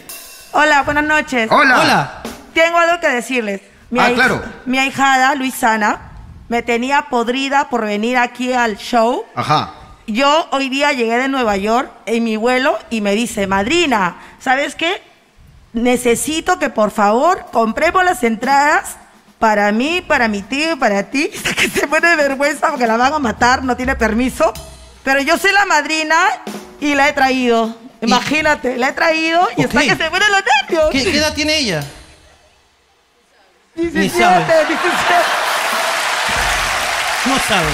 Hola, buenas noches. Oh. Hola. Hola. Tengo algo que decirles. Ah, ahij- claro. Mi ahijada, Luisana, me tenía podrida por venir aquí al show. Ajá. Yo hoy día llegué de Nueva York en mi vuelo y me dice, madrina, ¿sabes qué? Necesito que por favor compremos las entradas para mí, para mi tío y para ti. Que se muere de vergüenza porque la van a matar, no tiene permiso. Pero yo soy la madrina y la he traído. Imagínate, la he traído y está Ok. que se mueren los nervios. ¿Qué, qué edad tiene ella? Y Ni 17, sabe. 17. No sabes.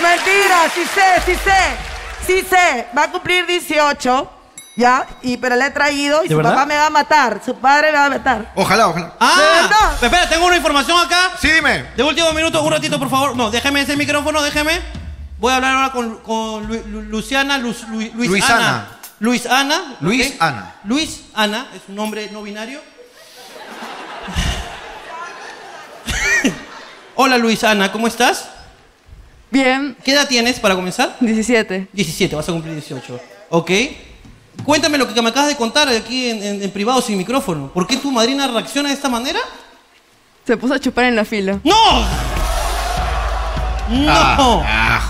Mentira, sí sé, sí sé. Sí sé, va a cumplir 18, ¿ya? Y, pero le he traído y ¿De su verdad? papá me va a matar, su padre me va a matar. Ojalá, ojalá. ¿De Ah, verdad? espera, tengo una información acá. Sí, dime. De último minuto, un ratito, por favor. No, déjeme ese micrófono, déjeme. Voy a hablar ahora con, con Lu- Lu- Luciana, Luz, Lu- Luis Luisana. Ana. Luis Ana. Luis ¿ok? Ana. Luis Ana, es un nombre no binario. Hola Luis Ana, ¿cómo estás? Bien, ¿Qué edad tienes para comenzar? 17. 17, vas a cumplir 18. ¿Ok? Cuéntame lo que me acabas de contar aquí en, en- en privado sin micrófono. ¿Por qué tu madrina reacciona de esta manera? Se puso a chupar en la fila. ¡No! ¡No! Ah, ajo.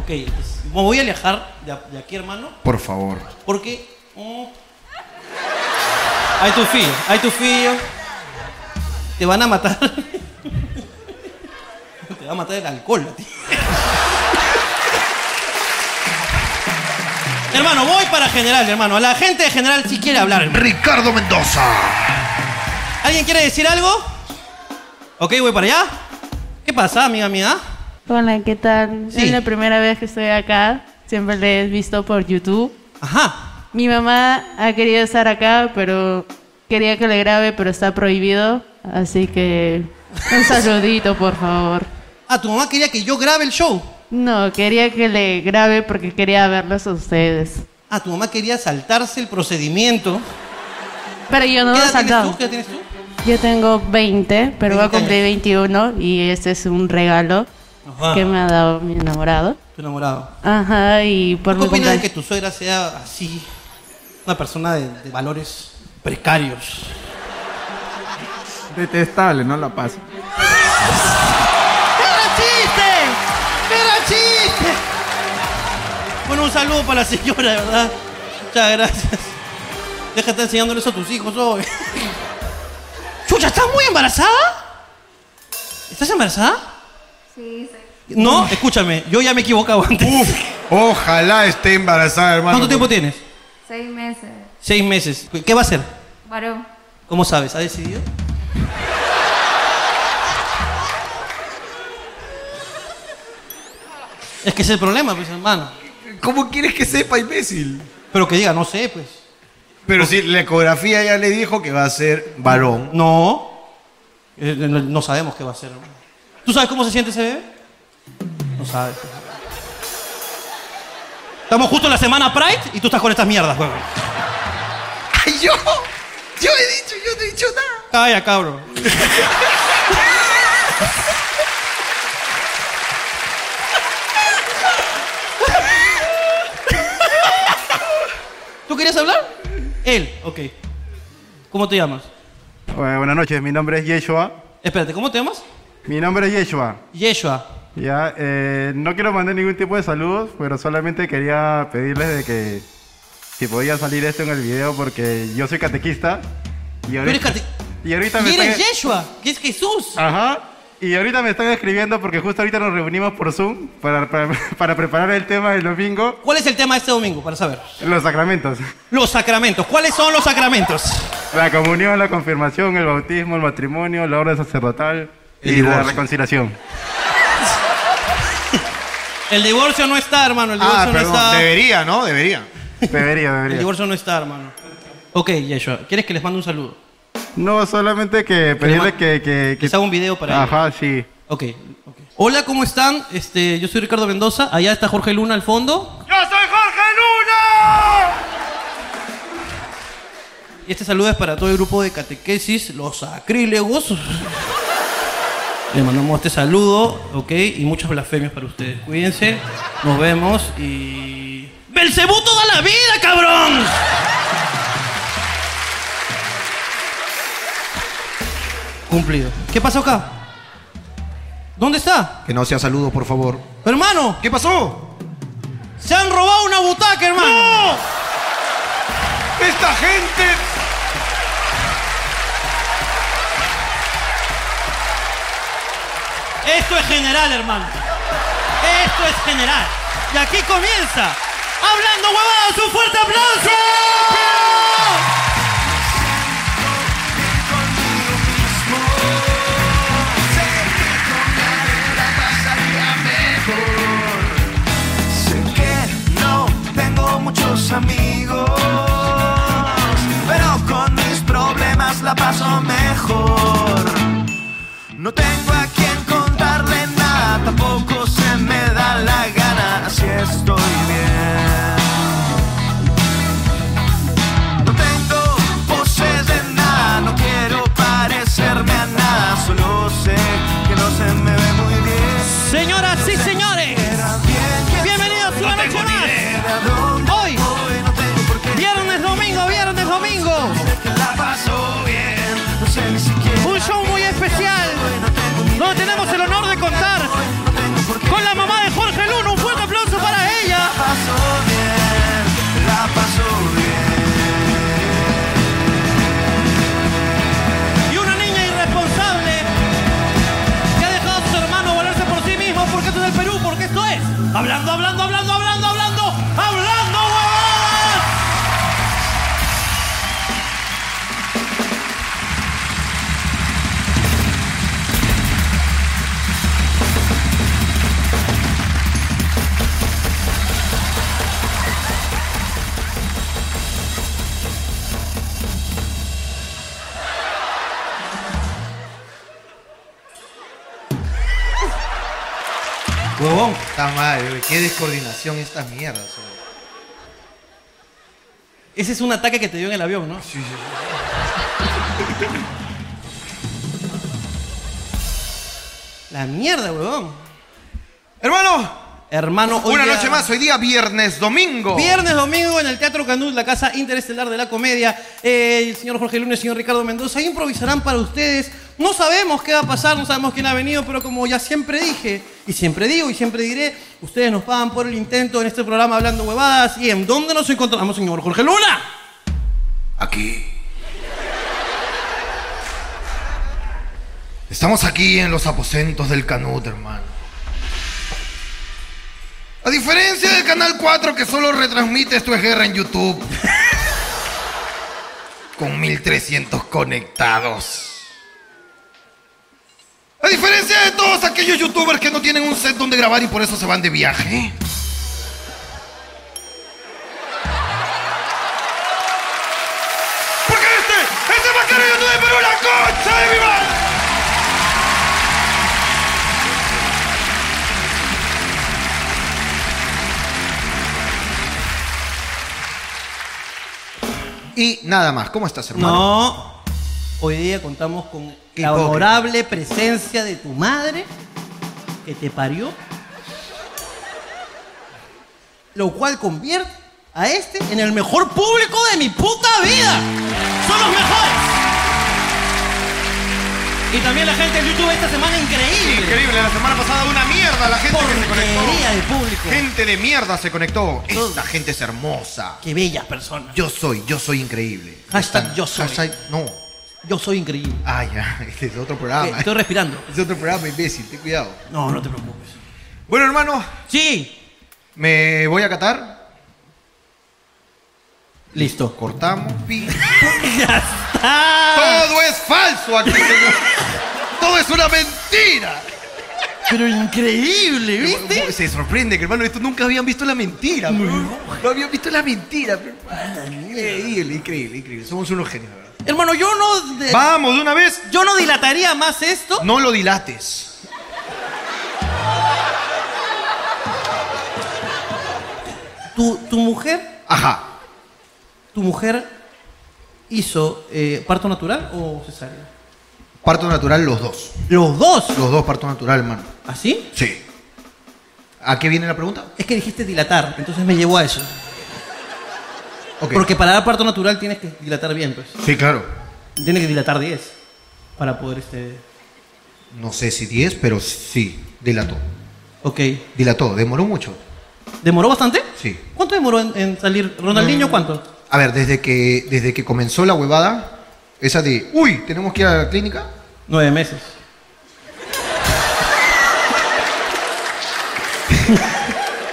Ok, pues, me voy a alejar de, a- de aquí, hermano, por favor. porque. mm, hay tu filho, hay tu filho. Te van a matar. Te va a matar el alcohol, a ti. hermano, voy para general, hermano. La gente de general sí quiere hablar, hermano. Ricardo Mendoza. ¿Alguien quiere decir algo? Ok, voy para allá. ¿Qué pasa, amiga mía? Hola, ¿qué tal? Sí. Es la primera vez que estoy acá. Siempre les he visto por YouTube. Ajá. Mi mamá ha querido estar acá, pero quería que le grabe, pero está prohibido. Así que un saludito, por favor. Ah, tu mamá quería que yo grabe el show. No, quería que le grabe porque quería verlos a ustedes. Ah, tu mamá quería saltarse el procedimiento. Pero yo no ¿Qué lo he edad tienes saltado. tú? ¿Qué edad tienes tú? Yo tengo 20, pero voy a 20 cumplir años. Ah. 21 y este es un regalo Ajá. que me ha dado mi enamorado. Tu enamorado. Ajá, y ¿Qué por mi opinas de que cumpleaños. tu suegra sea así? Una persona de, de valores precarios. Detestable, no la paso. ¡Era chiste! ¡Era chiste! Bueno, un saludo para la señora, de verdad. Muchas gracias. Deja de estar enseñándole eso a tus hijos hoy. Chucha, ¿estás muy embarazada? ¿Estás embarazada? Sí, sí. No, escúchame, yo ya me he equivocado antes. Ojalá esté embarazada, hermano. ¿Cuánto tiempo tienes? Seis meses. Seis meses. ¿Qué va a hacer? Varón. ¿Cómo sabes? ¿Ha decidido? Es que ese es el problema, pues, hermano. ¿Cómo quieres que sepa, imbécil? Pero que diga, no sé, pues. Pero si la ecografía ya le dijo que va a ser varón. No. Eh, No no sabemos qué va a hacer. hermano. ¿Tú sabes cómo se siente ese bebé? No sabes. pues. Estamos justo en la semana Pride y tú estás con estas mierdas, huevón. ¡Ay, yo! Yo he dicho, yo no he dicho nada. Calla, cabro. ¿Tú querías hablar? Él, ok. ¿Cómo te llamas? Pues, buenas noches, mi nombre es Yeshua. Espérate, ¿cómo te llamas? Mi nombre es Yeshua. Yeshua. Ya, eh, no quiero mandar ningún tipo de saludos, pero solamente quería pedirles de que si podía salir esto en el video porque yo soy catequista. Y Tú eres ahorita, cate- y ahorita me ¿Y eres están- e- Yeshua? ¿Qué es Jesús? Ajá. Y ahorita me están escribiendo porque justo ahorita nos reunimos por Zoom para, para- para preparar el tema del domingo, ¿Cuál es el tema de este domingo? Para saber. los sacramentos. Los sacramentos. ¿Cuáles son los sacramentos? La comunión, la confirmación, el bautismo, el matrimonio, la orden sacerdotal El y la divorcio. reconciliación. El divorcio no está, hermano. El divorcio Ah, no perdón. está. Debería, ¿no? Debería. Debería, El debería. divorcio no está, hermano. Ok, Yeshua. ¿Quieres que les mande un saludo? No, solamente que pedirles que... que, que- Les hago un video para ellos. Ajá, sí. Ok, ok. Hola, ¿cómo están? Este, yo soy Ricardo Mendoza. Allá está Jorge Luna al fondo. ¡Yo soy Jorge Luna! Y este saludo es para todo el grupo de catequesis, los sacrílegos. Le mandamos este saludo, ok, y muchas blasfemias para ustedes. Cuídense, nos vemos y. ¡Belcebú toda la vida, cabrón! Cumplido. ¿Qué pasó acá? ¿Dónde está? Que no sea saludo, por favor. Hermano, ¿Qué pasó? se han robado una butaca, hermano. ¡Esta gente! Esto es general, hermano. Esto es general. Y aquí comienza. Hablando huevadas, un fuerte aplauso. la paso mejor. No tengo a quien contarle nada, tampoco se me da la gana, así estoy bien. No tengo poses de nada, no quiero parecerme a nada, solo sé que no se me ve muy bien. Señoras y señores, bienvenidos a una noche más. Hoy, viernes, domingo, viernes, domingo. Un show muy especial donde tenemos el honor de contar con la mamá de Jorge Luna. Un fuerte aplauso para ella. La paso Y una niña irresponsable que ha dejado a su hermano volarse por sí mismo porque esto es el Perú, porque esto es hablando, hablando, hablando, hablando, hablando, hablando, huevadas. Huevón. Está mal, güey. qué descoordinación estas mierdas. güey. Ese es un ataque que te dio en el avión, ¿no? Sí, sí, sí. La mierda, huevón. Hermano. Hermano, hoy Una día- noche más, hoy día viernes, domingo. Viernes, domingo, en el Teatro Canut, la casa interestelar de la comedia. Eh, el señor Jorge Lunes, el señor Ricardo Mendoza improvisarán para ustedes. No sabemos qué va a pasar, no sabemos quién ha venido, pero como ya siempre dije, y siempre digo y siempre diré, ustedes nos pagan por el intento en este programa Hablando Huevadas. ¿Y en dónde nos encontramos, señor Jorge Luna? Aquí. Estamos aquí en los aposentos del Canut, hermano. A diferencia del Canal 4 que solo retransmite esto es guerra en YouTube. Con 1300 conectados. A diferencia de todos aquellos youtubers que no tienen un set donde grabar y por eso se van de viaje. Porque este, este mascarado yo tuve Perú, la concha de mi madre. Y nada más. ¿Cómo estás, No. Hoy día contamos con Qué la hipócrita. honorable presencia de tu madre que te parió. Lo cual convierte a este en el mejor público de mi puta vida. Son los mejores. Y también la gente de YouTube esta semana increíble. Increíble, la semana pasada una mierda la gente que se Porquería conectó. de público. Gente de mierda se conectó. Esta gente es hermosa. Qué bellas personas. Yo soy, yo soy increíble. Hashtag Ah, yo soy. Hashtag, no. Yo soy increíble. Ah, ya, este es otro Eh, programa. Estoy respirando. Es otro programa, imbécil, ten cuidado. No, no te preocupes. Bueno, hermano, Sí. me voy a Qatar. Listo. Cortamos. pi. ya está. Todo es falso aquí, señor. Todo es una mentira. Pero increíble, ¿viste? Se sorprende que, hermano, esto nunca habían visto la mentira. No, no habían visto la mentira. pero, hermano, Increíble, increíble, increíble. Somos unos genios, de verdad. Hermano, yo no, de- Vamos, de una vez. yo no dilataría más esto. No lo dilates. Tu, tu mujer, Ajá. tu mujer hizo eh, parto natural o cesárea. Parto natural los dos. Los dos. Los dos parto natural, hermano. ¿Así? Sí. ¿A qué viene la pregunta? ¿Ah, Es que dijiste dilatar, entonces me llevó a eso. Ok. Porque para dar parto natural tienes que dilatar bien, pues. Sí, claro. Tienes que dilatar 10 para poder este. No sé si 10, pero sí. Dilató. Ok. Dilató. Demoró mucho. ¿Demoró bastante? Sí. ¿Cuánto demoró en, en salir? ¿Ronaldinho cuánto? A ver, desde que, desde que comenzó la huevada, esa de, uy, tenemos que ir a la clínica. Nueve meses.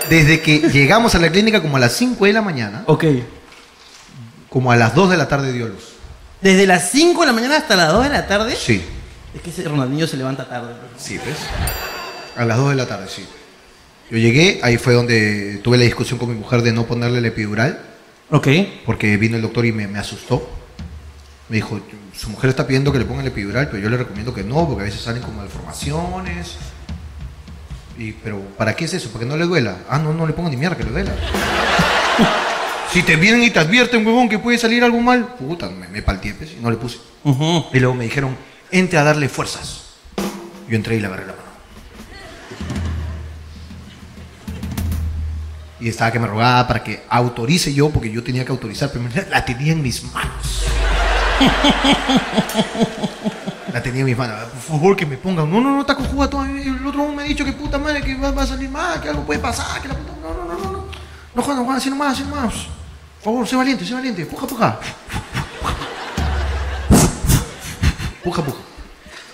Desde que llegamos a la clínica como a las 5 de la mañana, Ok. como a las 2 de la tarde dio luz. Desde las 5 de la mañana hasta las 2 de la tarde. Sí. Es que ese Ronaldinho se levanta tarde. pues. Sí, ¿ves? A las 2 de la tarde, sí. Yo llegué, ahí fue donde tuve la discusión con mi mujer de no ponerle el epidural, Ok. porque vino el doctor y me, me asustó. Me dijo, su mujer está pidiendo que le pongan el epidural, pero yo le recomiendo que no, porque a veces salen con malformaciones. Y, pero, ¿para qué es eso? ¿Para que no le duela? Ah, no, no le pongo ni mierda que le duela. si te vienen y te advierten, huevón, que puede salir algo mal, puta, me, me palteé, pues, y no le puse. Ujú. Y luego me dijeron, entre a darle fuerzas. Yo entré y le agarré la mano. Y estaba que me rogaba para que autorice yo, porque yo tenía que autorizar. Pero la tenía en mis manos. La tenía en mis manos. Por favor, que me pongan. No, no, no, está cojuda todavía. El otro me ha dicho que puta madre, que va, va a salir mal, que algo puede pasar, que la puta. No, no, no, no. No, no jodas, no jodas, así nomás, así nomás. Por favor, sé valiente, sé valiente. Puja, puja. Puja, puja.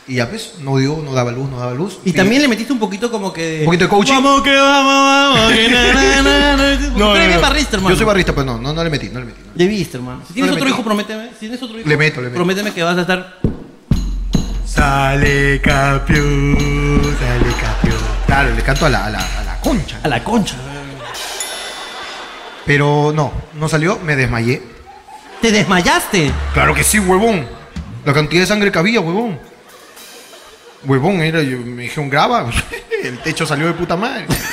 Y ya pues, no dio, no daba luz, no daba luz. Y también le metiste un poquito como que. Un poquito de coaching. Vamos que vamos, vamos que na, na, na, na. Tú eres bien barrista, hermano. Yo soy barrista, pues no, no, no le metí, no le metí. no le De vista, hermano. Si tienes No le otro metí. hijo, prométeme. Si tienes otro hijo, Le meto, le meto. prométeme que vas a estar. metí. Sale campeón, sale campeón. Claro, le canto a la, a la, a la concha. A la concha. Pero no, no salió, me desmayé. Te desmayaste. Claro que sí, huevón. La cantidad de sangre que había, huevón. Huevón, era, yo, me dijeron, graba. El techo salió de puta madre.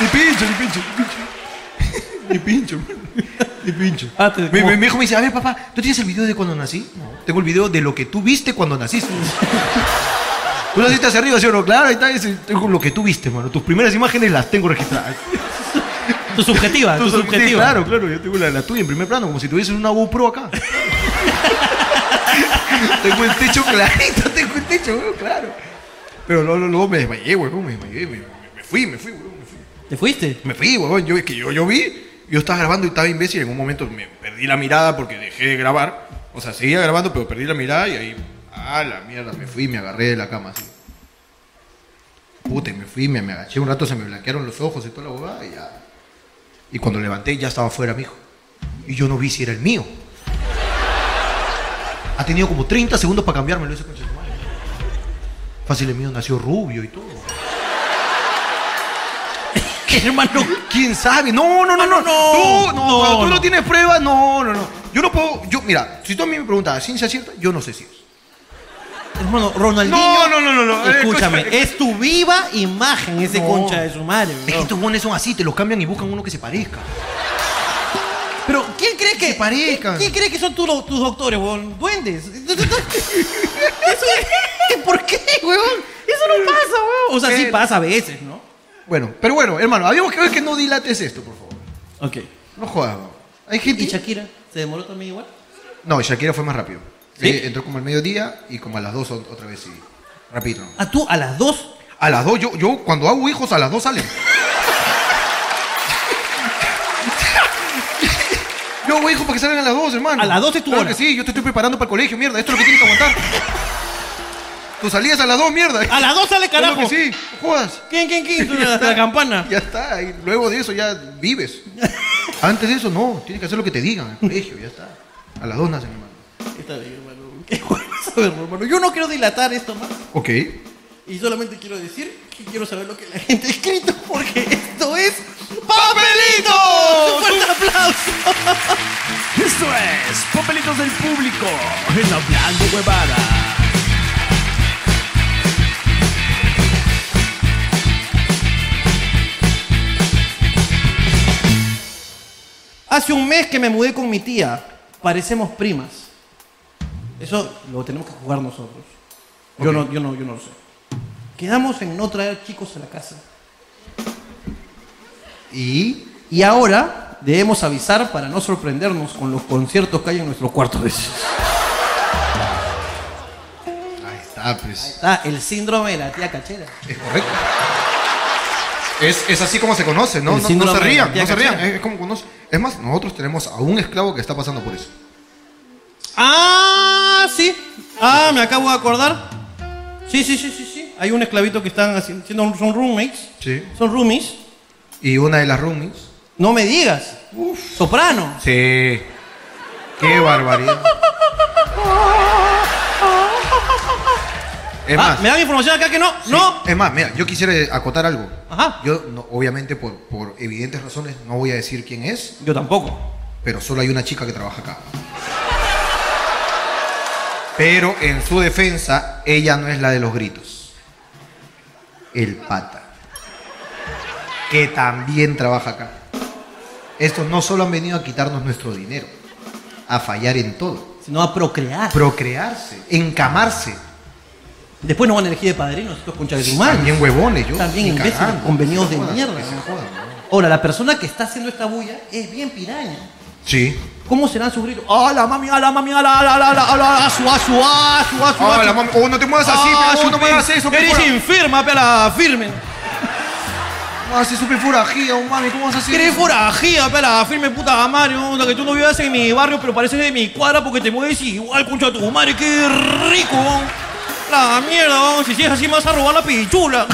Mi pincho, mi pincho, mi pincho, mi pincho. Mi pincho, mi pincho. Ah, te- mi, como- mi- mi hijo me dice, a ver, papá, ¿tú tienes el video de cuando nací? No. Tengo el video de lo que tú viste cuando naciste. Tú naciste hacia arriba, ¿sí o no? Claro, ahí está. ese- Tengo lo que tú viste, mano. Tus primeras imágenes las tengo registradas. Tu subjetiva, tu Tú sub- sí, subjetiva. claro, claro, yo tengo la, la tuya en primer plano, como si tuviese una GoPro acá. tengo el techo clarito, tengo el techo, weón, claro. Pero luego, luego me desmayé, weón, me desmayé, me, me fui, me fui, weón, me fui. ¿Te fuiste? Me fui, weón, yo, es que yo, yo vi, yo estaba grabando y estaba imbécil, en un momento me perdí la mirada porque dejé de grabar. O sea, seguía grabando, pero perdí la mirada y ahí, a la mierda, me fui, me agarré de la cama así. Puta, y me fui, me, me agaché un rato, se me blanquearon los ojos y toda la bobada y ya. Y cuando levanté ya estaba fuera, mijo. Y yo no vi si era el mío. Ha tenido como 30 segundos para cambiármelo ese coche de madre. Fácil el mío nació rubio y todo. hermano. ¿Quién sabe? No, no, no, no. no. Tú, Ah, no, cuando tú No, no, no. tienes pruebas, no, no, no. Yo no puedo, yo, mira, si tú a mí me preguntas, ¿ciencia cierta? Yo no sé si es. Hermano, Ronaldinho. No, no, no, no, no. Escúchame, Escúchame. es tu viva imagen ese No. concha de su madre. Es que bro. estos guones son así, te los cambian y buscan uno que se parezca. Pero, ¿quién cree que. se parezcan. ¿Quién cree que son tu- tus doctores, weón? Duendes. Eso es- ¿Por qué, weón? Eso no pasa, weón. O sea, sí Pero- pasa a veces, ¿no? Bueno, pero bueno, hermano, habíamos que ver que no dilates esto, por favor. Ok. No jodas, bro. Hay gente. ¿Y Shakira? ¿Se demoró también igual? No, Shakira fue más rápido. ¿Sí? Eh, entró como al mediodía y como a las dos o- otra vez sí. Rapidito. ¿no? Ah, tú a las dos. A las dos, yo, yo cuando hago hijos, a las dos salen. yo hago hijos para que salgan a las dos, hermano. A las dos es tu claro hora. que sí, yo te estoy preparando para el colegio, mierda. Esto es lo que tienes que aguantar. Tus salidas a las dos, mierda. A las dos sale Es lo Ah, carajo. que sí, no jodas. ¿Quién, quién, quién? La, la campana. Ya está, y luego de eso ya vives. Antes de eso, no. Tienes que hacer lo que te digan en el colegio, ya está. A las dos nacen, hermano. Está bien, hermano. Qué bueno saberlo, hermano. Yo no quiero dilatar esto más. Ok. Y solamente quiero decir que quiero saber lo que la gente ha escrito porque esto es papelito. Un fuerte aplauso. Esto es Papelitos del Público en Hablando Huevada. Hace un mes que me mudé con mi tía. Parecemos primas. Eso lo tenemos que jugar nosotros. Yo no, yo no, yo no lo sé. Quedamos en no traer chicos a la casa. Y. Y ahora debemos avisar para no sorprendernos con los conciertos que hay en nuestro cuarto de Ahí está, pues. Está el síndrome de la tía cachera. Es correcto. Es, es así como se conoce, ¿no? El No, no síndrome se de la rían, tía no se rían. cachera. Es, es como conoce. Es más, nosotros tenemos a un esclavo que está pasando por eso. Ah, sí. Ah, me acabo de acordar. Sí, sí, sí, sí, sí. Hay un esclavito que están haciendo, siendo un- son roommates. Sí. Son roomies. Y una de las roomies. No me digas. Soprano. Sí. Qué barbaridad. Es Ah, más. me dan información acá que no, no. Es más, mira, yo quisiera acotar algo. Ajá. Yo, no- obviamente, por, por evidentes razones, no voy a decir quién es, Yo tampoco. pero solo hay una chica que trabaja acá. Pero en su defensa, ella no es la de los gritos. El pata. Que también trabaja acá. Estos no solo han venido a quitarnos nuestro dinero, a fallar en todo. Si no, a procrear. Procrearse, encamarse. Después nos van a elegir de padrinos, estos conchas de su madre. También huevones, yo. También ni imbéciles, cagando. convenidos de Que se jodan, mierda. que se jodan, ¿no? Ahora, la persona que está haciendo esta bulla es bien piraña. Sí. ¿Cómo serán sus gritos? ¡Ala, mami, ala, mami, ala, ala, ala, ala, ala, asu, asu, asu, asu! Ah, asu. la mam- oh, no te muevas así, Ah, pero, oh, su no me pin- hagas eso, Eres pifura. infirma, pela, firme. No haces su pifurajía, oh, mami, ¿cómo vas a hacer Eres eso? forajía, pela, firme, puta madre. onda, que tú no vivas en mi barrio, pero pareces de mi cuadra porque te mueves igual, concha de tu madre. ¡Qué rico, weón. La mierda, weón. Si sigues así, me vas a robar la pichula.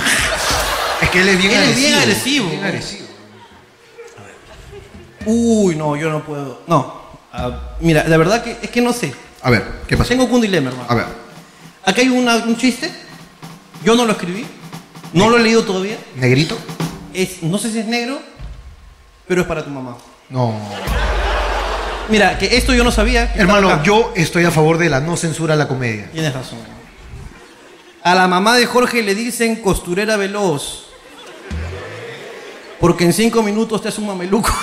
Es que él es bien Él es agresivo. bien agresivo. bien agresivo. Uy, no, yo no puedo. No. Ah, mira, la verdad que es que no sé. A ver, ¿qué pasó? Tengo un dilema, hermano. A ver, Acá hay una- un chiste. Yo no lo escribí. No lo he leído todavía. ¿negrito? Es, no sé si es negro, pero es para tu mamá. No. Mira, que esto yo no sabía. que estaba Hermano, acá. yo estoy a favor de la no censura a la comedia. Tienes razón. A la mamá de Jorge le dicen costurera veloz. Porque en cinco minutos te hace un mameluco.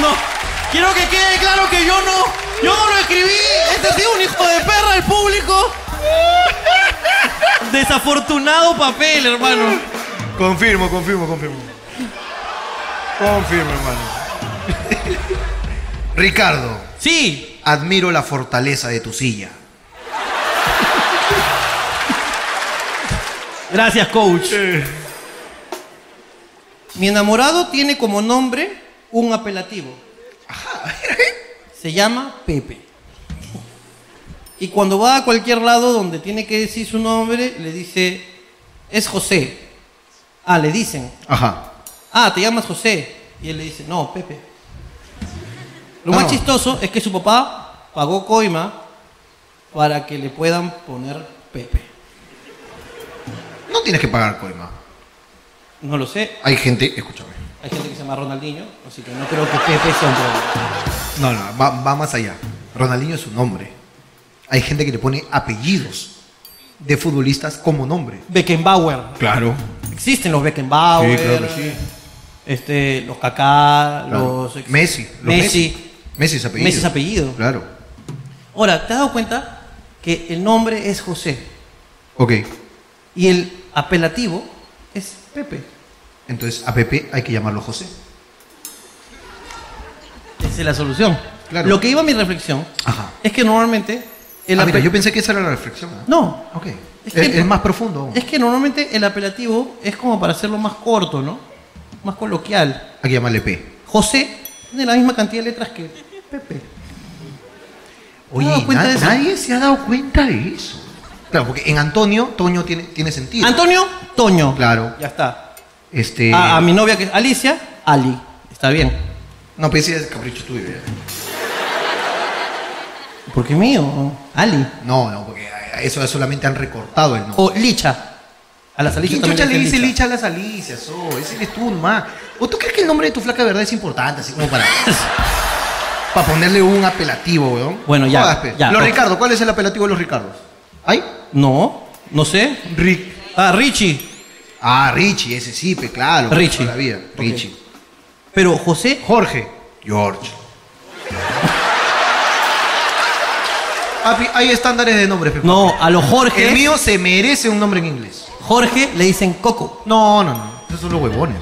No, quiero que quede claro que yo no, yo no lo escribí. Este ha sido un hijo de perra del público. Desafortunado papel, hermano. Confirmo, confirmo, confirmo. Confirmo, hermano. Ricardo, Sí, admiro la fortaleza de tu silla. Gracias, coach. Mi enamorado tiene como nombre un apelativo. Se llama Pepe. Y cuando va a cualquier lado donde tiene que decir su nombre, le dice, es José. Ah, le dicen, Ajá. ah, te llamas José. Y él le dice, no, Pepe. Lo No. más chistoso es que su papá pagó coima para que le puedan poner Pepe. No tienes que pagar coima. No lo sé, Hay gente, escúchame. Hay gente que se llama Ronaldinho, así que no creo que Pepe sea un problema. No, no, va, va más allá. Ronaldinho es un nombre. Hay gente que le pone apellidos de futbolistas como nombre. Beckenbauer. Claro. Existen los Beckenbauer. Sí, claro que sí. Este, los Kaká, los Messi, los Messi. Messi es apellido. Messi es apellido. Claro. Ahora, ¿te has dado cuenta que el nombre es José Ok. y el apelativo es Pepe? Entonces a Pepe hay que llamarlo José. Esa es la solución. Claro. Lo que iba a mi reflexión Ajá. es que normalmente el Ah, mira, ape- yo pensé que esa era la reflexión. ¿ah? No. Ok. Es Es, que- es más profundo. aún. Es que normalmente el apelativo es como para hacerlo más corto, ¿no? Más coloquial. Hay que llamarle P. José tiene la misma cantidad de letras que Pepe. Oye, ¿Te has dado cuenta na- de eso? nadie se ha dado cuenta de eso. Claro, porque en Antonio, Toño tiene, tiene sentido. Antonio, Toño. Claro. Ya está. Este. A, a mi novia que es Alicia, Ali. Está bien. No, pensé es capricho tuyo. ya. ¿Por qué mío? Ali. No, no, porque a- a eso solamente han recortado el nombre. O Licha. A las Alicia ¿Quién también chucha le dicen dice licha a las alicias? Oh, ese eres tú nomás. ¿O tú crees que el nombre de tu flaca de verdad es importante? Así como para. para ponerle un apelativo, weón. Bueno, ya, Jodas, pe. ya, los ok. Ricardo, ¿cuál es el apelativo de los Ricardos? ¿Ay? No, no sé. Rick. Ah, Richie. Ah, Richie, ese sí, pe, claro. Richie. Todavía. Ok. Richie. Pero José, Jorge. George. Papi, hay estándares de nombres, pe. no, a los Jorge. El mío se merece un nombre en inglés. Jorge le dicen Coco. No, no, no. Esos son los huevones.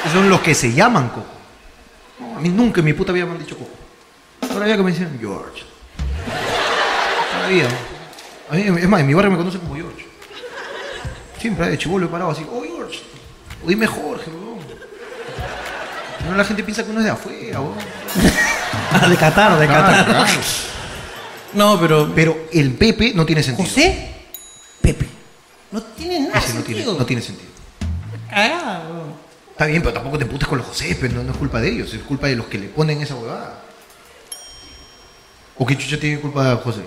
Esos son los que se llaman Coco. No, a mí nunca en mi puta vida me han dicho Coco. Todavía que me dicen George. Todavía. A mí, es más, en mi barrio me conocen como George. Siempre de chivolo he parado así, oh George. O dime Jorge, weón. Si No, la gente piensa que uno es de afuera, weón. Ah, de Qatar, de Claro, Qatar. claro. No, pero. Pero el Pepe no tiene sentido. José, Pepe. No tiene nada. Ese no tiene, sentido. no tiene sentido. Cagada, weón. Está bien, pero tampoco te emputes con los José, pero no, no es culpa de ellos, es culpa de los que le ponen esa huevada. ¿O qué chucha tiene culpa José?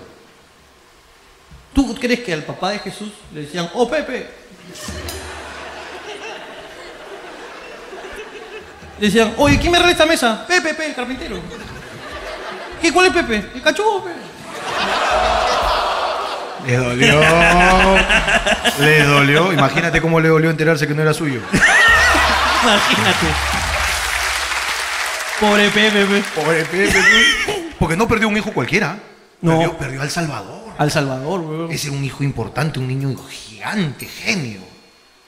¿Tú crees que al papá de Jesús le decían, oh Pepe? Le decían, oye, ¿quién me arregla esta mesa? Pepe, Pepe, el carpintero. ¿Qué, cuál es Pepe? El cachugo, Pepe. Le dolió. le dolió. Imagínate cómo le dolió enterarse que no era suyo. Imagínate. Pobre Pepe, Pepe. Pobre Pepe, ¿no? Porque no perdió un hijo cualquiera. No. Perdió, perdió al Salvador. Al Salvador, weón. Ese era un hijo importante, un niño gigante, genio.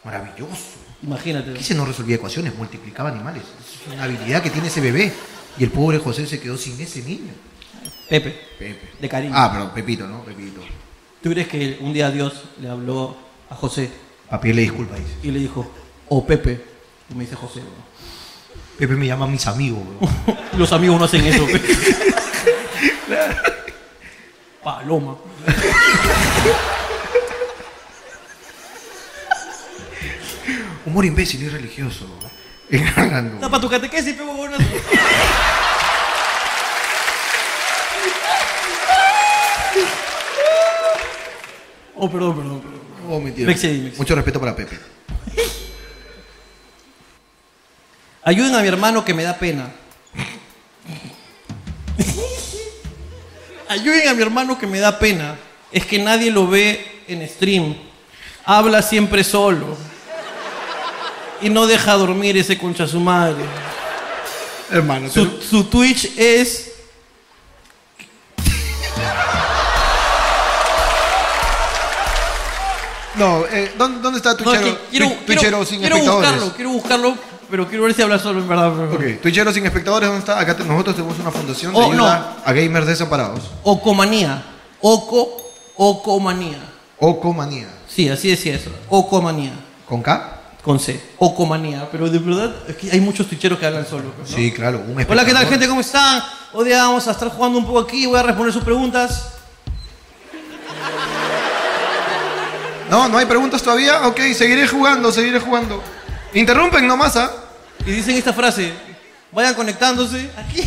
Maravilloso. Imagínate. Quise no resolvía ecuaciones, multiplicaba animales. Es una habilidad que tiene ese bebé. Y el pobre José se quedó sin ese niño. Pepe. Pepe. De cariño. Ah, perdón, Pepito, ¿no? Pepito. ¿Tú crees que un día Dios le habló a José Papi le disculpa, dice. y le dijo, oh Pepe? Y me dice José, weón. Pepe me llama mis amigos, bro. Los amigos no hacen eso, Pepe. Paloma. Humor imbécil y religioso. Encarnando. Tapa tu catequesis, Pepe, weón. Oh, perdón, perdón, perdón. Oh, mentira. Me excedí, me excedí. Mucho respeto para Pepe. Ayuden a mi hermano que me da pena. Ayuden a mi hermano que me da pena. Es que nadie lo ve en stream. Habla siempre solo. Y no deja dormir ese concha su madre. Hermano, te Su, lo- su Twitch es. No, eh, ¿dónde, dónde está tu No, es chero? que quiero, tu- tu quiero- chero sin quiero espectadores? buscarlo, quiero buscarlo, pero quiero ver si habla solo en verdad. pero- Ok, Twitchero sin espectadores, ¿dónde está? Acá te- nosotros tenemos una fundación Oh, de ayuda a gamers desamparados. Ocomanía. Oco, ocomanía. Ocomanía. Sí, así decía eso. Ocomanía. ¿Con K? con C. Ocomanía. Pero de verdad, es que hay muchos tucheros que hablan solo. pues, ¿no? Sí, claro. Un Hola, espectador. ¿qué tal, gente? ¿Cómo están? Hoy día vamos a estar jugando un poco aquí. Voy a responder sus preguntas. No, no hay preguntas todavía. Ok, seguiré jugando, seguiré jugando. Interrumpen nomás, ¿ah? Y dicen esta frase. Vayan conectándose. Aquí,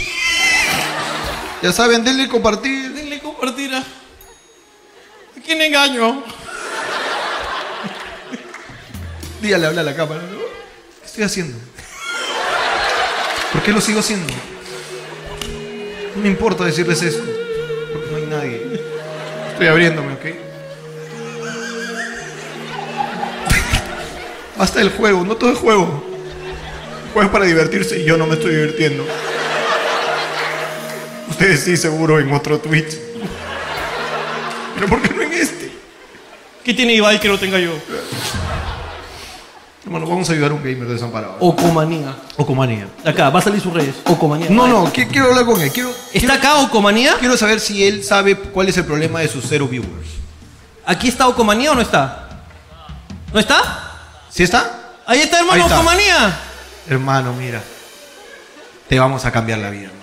Ya saben, denle compartir. denle compartir a... ¿A quién engaño? Dígale, habla a la cámara. ¿no? ¿Qué estoy haciendo? ¿Por qué lo sigo haciendo? No me importa decirles esto. Porque no hay nadie. Estoy abriéndome, ¿ok? Basta del juego, no todo es juego. El Juego es para divertirse y yo no me estoy divirtiendo. Ustedes sí, seguro, en otro tweet. Pero ¿por qué no en este? ¿Qué tiene Ibai que no tenga yo? Hermano, vamos a ayudar a un gamer desamparado. Ocomanía. Ocomanía. Acá, va a salir sus redes. Ocomanía. No, no, qui- quiero hablar con él. Quiero, ¿Está acá Ocomanía? quiero saber si él sabe cuál es el problema de sus cero viewers. ¿Aquí está Ocomanía o no está? ¿No está? ¿Sí está? Ahí está, hermano, Ahí está. Ocomanía. Hermano, mira. Te vamos a cambiar la vida, hermano.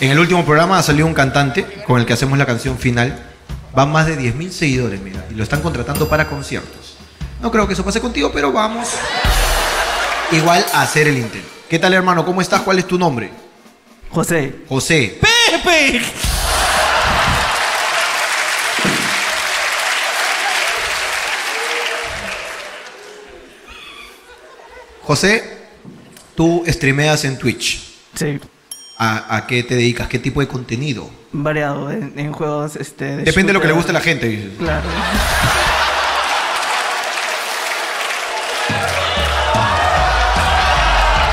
En el último programa ha salido un cantante con el que hacemos la canción final. Van más de 10.000 seguidores, mira. Y lo están contratando para conciertos. No creo que eso pase contigo, pero vamos. Igual a hacer el intento. ¿Qué tal, hermano? ¿Cómo estás? ¿Cuál es tu nombre? José, José. Pepe. José, tú streameas en Twitch. sí, ¿A, a qué te dedicas? ¿Qué tipo de contenido? variado en, en juegos este, de Depende de lo que le guste shooter. a la gente. dices. Claro.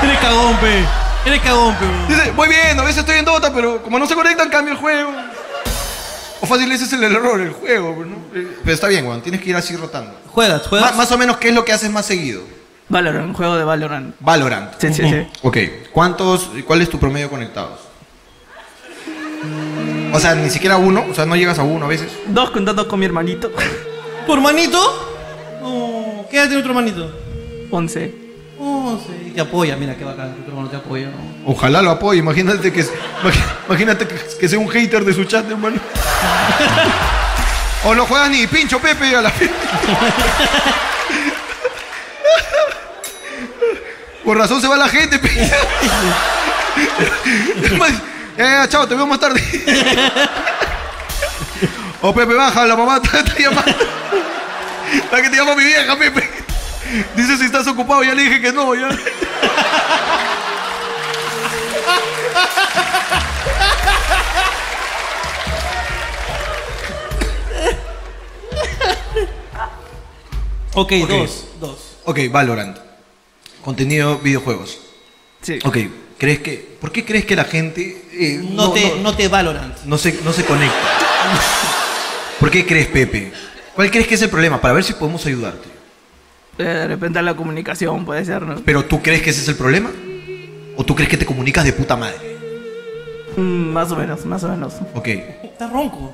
Eres cagón, pe. Eres cagón, pe. Dice, voy bien, a veces estoy en Dota, pero como no se conectan, cambio el juego. O fácil, ese es el error, el juego. pero ¿no? Eh, Pero está bien, Juan, tienes que ir así rotando. Juegas, Ma- juegas. más o menos, ¿qué es lo que haces más seguido? Valorant, juego de Valorant. Valorant. Sí, sí, sí. Ok, ¿cuántos, cuál es tu promedio de conectados? O sea, ni siquiera uno, o sea, no llegas a uno a veces. Dos contando con mi hermanito. ¿Tu hermanito? No, ¿Qué edad tiene tu hermanito? Once. No sé. Y te apoya, mira qué bacán, tu hermano te apoya. ¿no? Ojalá lo apoye, imagínate que, es- imagínate que, que sea un hater de su chat, hermano. o no juegas ni pincho, Pepe, a la Por razón se va la gente, Pepe. es, más, Ya, ya, chao, te veo más tarde. o Pepe, baja, la mamá te está llamando. la que te llama mi vieja, Pepe. Dice si estás ocupado, ya le dije que no, ya. Ok, Ok. dos, dos. Ok, Valorant. Contenido videojuegos. Sí. Ok, ¿crees que, ¿por qué crees que la gente eh, No, te, no, te Valorant. no se, no se conecta? ¿Por qué crees, Pepe? ¿Cuál crees que es el problema? Para ver si podemos ayudarte. Eh, De repente la comunicación puede ser, ¿no? ¿Pero tú crees que ese es el problema? ¿O tú crees que te comunicas de puta madre? Mm, más o menos, más o menos. Ok. Estás ronco.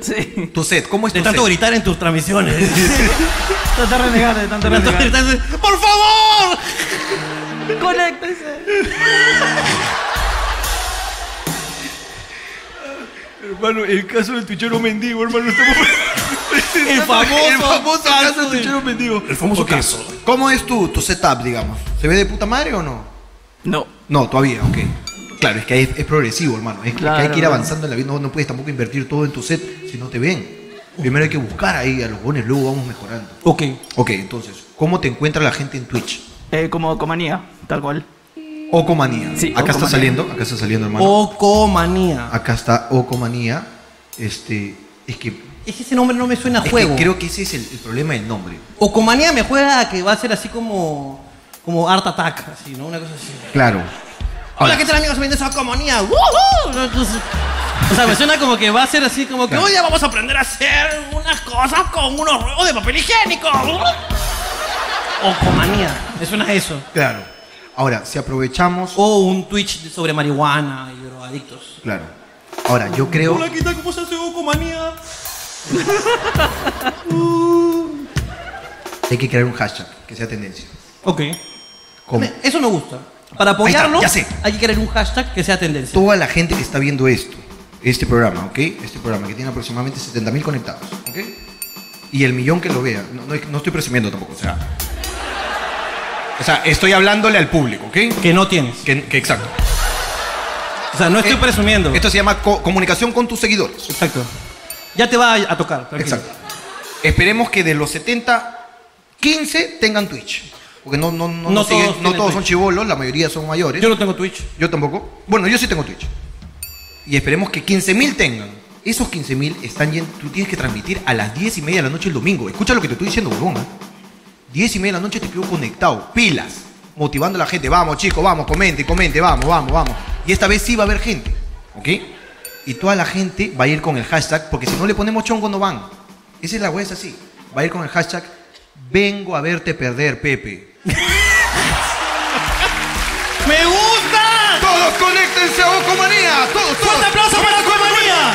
Sí. Tu set, ¿cómo es De tu tanto set? gritar en tus transmisiones. Tanta renegar, de tanta De tanto renegar. gritar, ¡Por favor! ¡Conéctese! Hermano, el caso del tuchero mendigo, hermano, estamos El famoso el famoso caso, caso del de- tuchero mendigo. El famoso Ok, caso. ¿Cómo es tu, tu setup, digamos? ¿Se ve de puta madre o no? No. No, todavía, ok. Claro, es que es, es progresivo, hermano. Es que- Claro, que hay que ir hermano. avanzando en la vida. No, no puedes tampoco invertir todo en tu set si no te ven. Primero hay que buscar ahí a los buenos, luego vamos mejorando. Ok. Ok, entonces, ¿cómo te encuentra la gente en Twitch? Eh, como comanía, tal cual. Ocomanía. Sí, acá Ocomanía. está Oh. saliendo, acá está saliendo, hermano. Ocomanía. Acá está Ocomanía. Este, es que, Es que ese nombre no me suena a es que juego. creo que ese es el, el problema del nombre. Ocomanía me juega a que va a ser así como. como Art Attack, así, ¿no? Una cosa así. Claro. Hola, ¿qué tal amigos? Bienvenidos a Ocomanía. ¡Woohoo! No, entonces- O sea, me suena como que va a ser así como que Claro. hoy día vamos a aprender a hacer unas cosas con unos rollos de papel higiénico. Ocomanía. Me suena a eso. Claro. Ahora, si aprovechamos. O un Twitch sobre marihuana y drogadictos. Claro. Ahora, yo creo. ¿qué tal? ¿Cómo se hace Ocomanía? Hay que crear un hashtag que sea tendencia. Ok. Como Me- Eso me gusta. Para apoyarlo, Ahí está, ya sé. hay que crear un hashtag que sea tendencia. toda la gente que está viendo esto, este programa, ¿ok? Este programa que tiene aproximadamente 70.000 conectados, ¿ok? Y el millón que lo vea. No, no es- no estoy presumiendo tampoco, o sea. O sea, estoy hablándole al público, ¿ok? Que no tienes. Que, que exacto. O sea, no estoy Eh, presumiendo. Esto se llama co- comunicación con tus seguidores. Exacto. Ya te va a a tocar. tranquilo. Exacto. Esperemos que de los 70, 15 tengan Twitch. Porque no, no, no, No siguen- todos no tienen todos son Twitch. chivolos, la mayoría son mayores. Yo no tengo Twitch. Yo tampoco. Bueno, yo sí tengo Twitch. Y esperemos que 15.000 tengan. Esos 15.000 están yendo. Tú tienes que transmitir a las 10 y media de la noche el domingo. Escucha lo que te estoy diciendo, huevón. ¿ah? 10 y media de la noche te quedo conectado. Pilas. Motivando a la gente. Vamos, chicos, vamos, comente, comente, vamos, vamos, vamos. Y esta vez sí va a haber gente. ¿Ok? Y toda la gente va a ir con el hashtag. Porque si no le ponemos chongo, no van. Esa es la web, es así. Va a ir con el hashtag. Vengo a verte perder, Pepe. ¡Me gusta! Todos conéctense a Ocomanía. Todos, todos. ¡Fuerte aplauso para Ocomanía!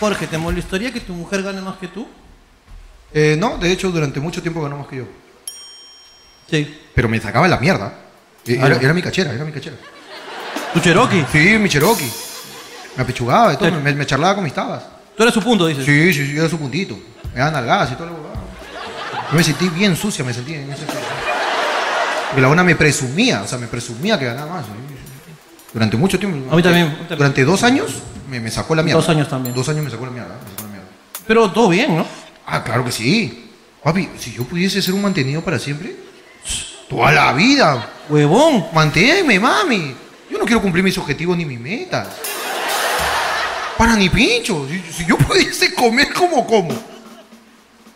Jorge, ¿te molestaría que tu mujer gane más que tú? Eh, no, de hecho, durante mucho tiempo ganó más que yo. Sí. Pero me sacaba la mierda. Eh, Claro. Era, era mi cachera, era mi cachera. ¿Tu Cherokee? Sí, mi Cherokee. Me apechugaba y todo, me, me charlaba con mis tabas. Tú eres su punto, dices. Sí, sí, sí, era su puntito. Me daban nalgadas y todo lo huevada. Yo me sentí bien sucia, me sentí en ese tiempo. Porque la una me presumía, o sea, me presumía que ganaba más. Durante mucho tiempo. A mí también, a mí también. Durante dos años me, me sacó la mierda. Dos años también. Dos años me sacó la mierda. me sacó la mierda. Pero todo bien, ¿no? Ah, claro que sí. Papi, si yo pudiese ser un mantenido para siempre, toda la vida. ¡Huevón! Manténme, mami. Yo no quiero cumplir mis objetivos ni mis metas. Para ni pincho. Si, si yo pudiese comer como como.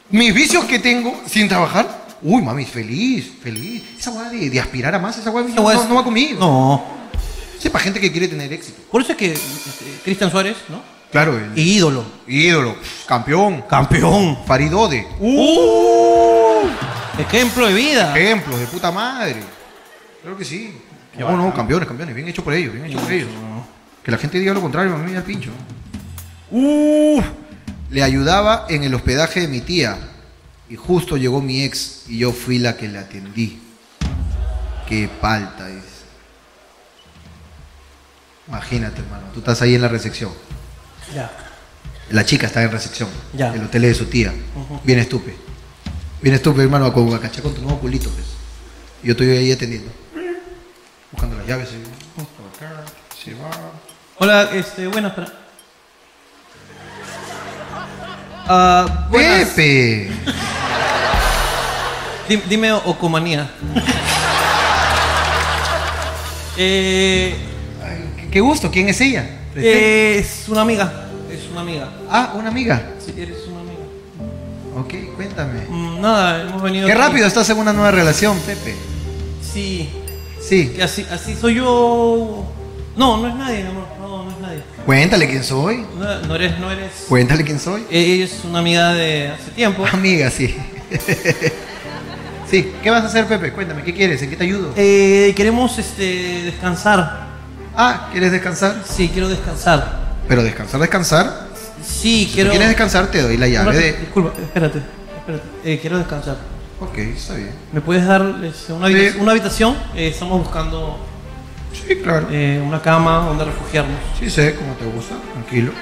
Mis vicios que tengo sin trabajar. Uy, mami, feliz, feliz. Esa weá de, de aspirar a más, esa weá Esa no, weá no, es- no va conmigo. No. Sepa gente que quiere tener éxito. Por eso es que este, Cristian Suárez, ¿no? Claro, el Y ídolo. ídolo, campeón, Campeón. Faridode. Uh. Ejemplo de vida. Ejemplos de puta madre. Creo que sí. No, no, campeones, campeones. Bien hecho por ellos, bien hecho por ellos. Que la gente diga lo contrario, a mí me da el pincho. Uh. Uf. Le ayudaba en el hospedaje de mi tía. Y justo llegó mi ex y yo fui la que le atendí. Qué palta es. Imagínate, hermano. Tú estás ahí en la recepción. Ya. La chica está en recepción. Ya. El hotel es de su tía. Bien estúpido. Bien estúpido, hermano, a co- a cachar con tu nuevo culito, pues. Yo estoy ahí atendiendo. Buscando las llaves. sí. Se va. Hola, este, buenas, para. Ah, buenas. Pepe. Dim- dime ocomanía. eh, Qué gusto, ¿quién es ella? eh, es una amiga. Es una amiga. Ah, una amiga. Sí, eres una amiga. Ok, cuéntame. Mm, nada, hemos venido. Qué aquí. rápido estás en una nueva relación, Pepe. Sí. Sí. Y así, así soy yo. No, no es nadie, mi amor. No, no es nadie. Cuéntale quién soy. No, no eres, no eres. Cuéntale quién soy. Ella es una amiga de hace tiempo. Amiga, sí. sí, ¿qué vas a hacer, Pepe? Cuéntame, ¿qué quieres? ¿En qué te ayudo? Eh, queremos este, descansar. Ah, ¿quieres descansar? Sí, quiero descansar. Pero descansar, descansar. Sí, Si quiero. quieres descansar, te doy la Un llave rato, de. Disculpa, espérate. espérate. Eh, quiero descansar. Ok, está bien. ¿Me puedes dar este, una, habita- Sí. una habitación? Eh, estamos buscando Sí, claro. eh, una cama donde refugiarnos. Sí, sé cómo te gusta, tranquilo.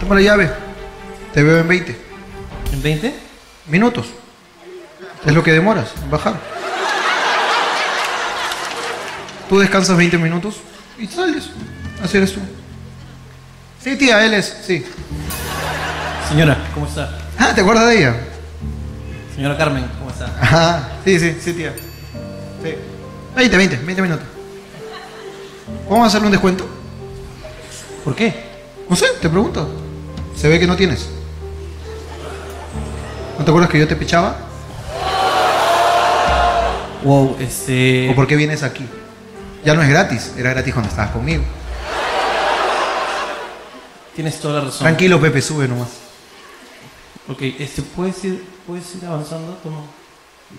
Toma la llave. Te veo en 20 ¿En 20? minutos. Es lo que demoras en bajar. Tú descansas 20 minutos y sales. Así eres tú. Sí, tía, él es. Sí. Señora, ¿cómo está? Ah, ¿te acuerdas de ella? Señora Carmen, ¿cómo está? Ajá. Sí, sí, sí, tía. Sí. 20, 20, 20 minutos. Vamos a hacerle un descuento. ¿Por qué? No sé, te pregunto. Se ve que no tienes. ¿No te acuerdas que yo te pechaba? Wow, este. ¿O por qué vienes aquí? Ya no es gratis, era gratis cuando estabas conmigo. Tienes toda la razón. Tranquilo, Pepe, sube nomás. Ok, este, ¿puedes ir, puedes ir avanzando? Toma.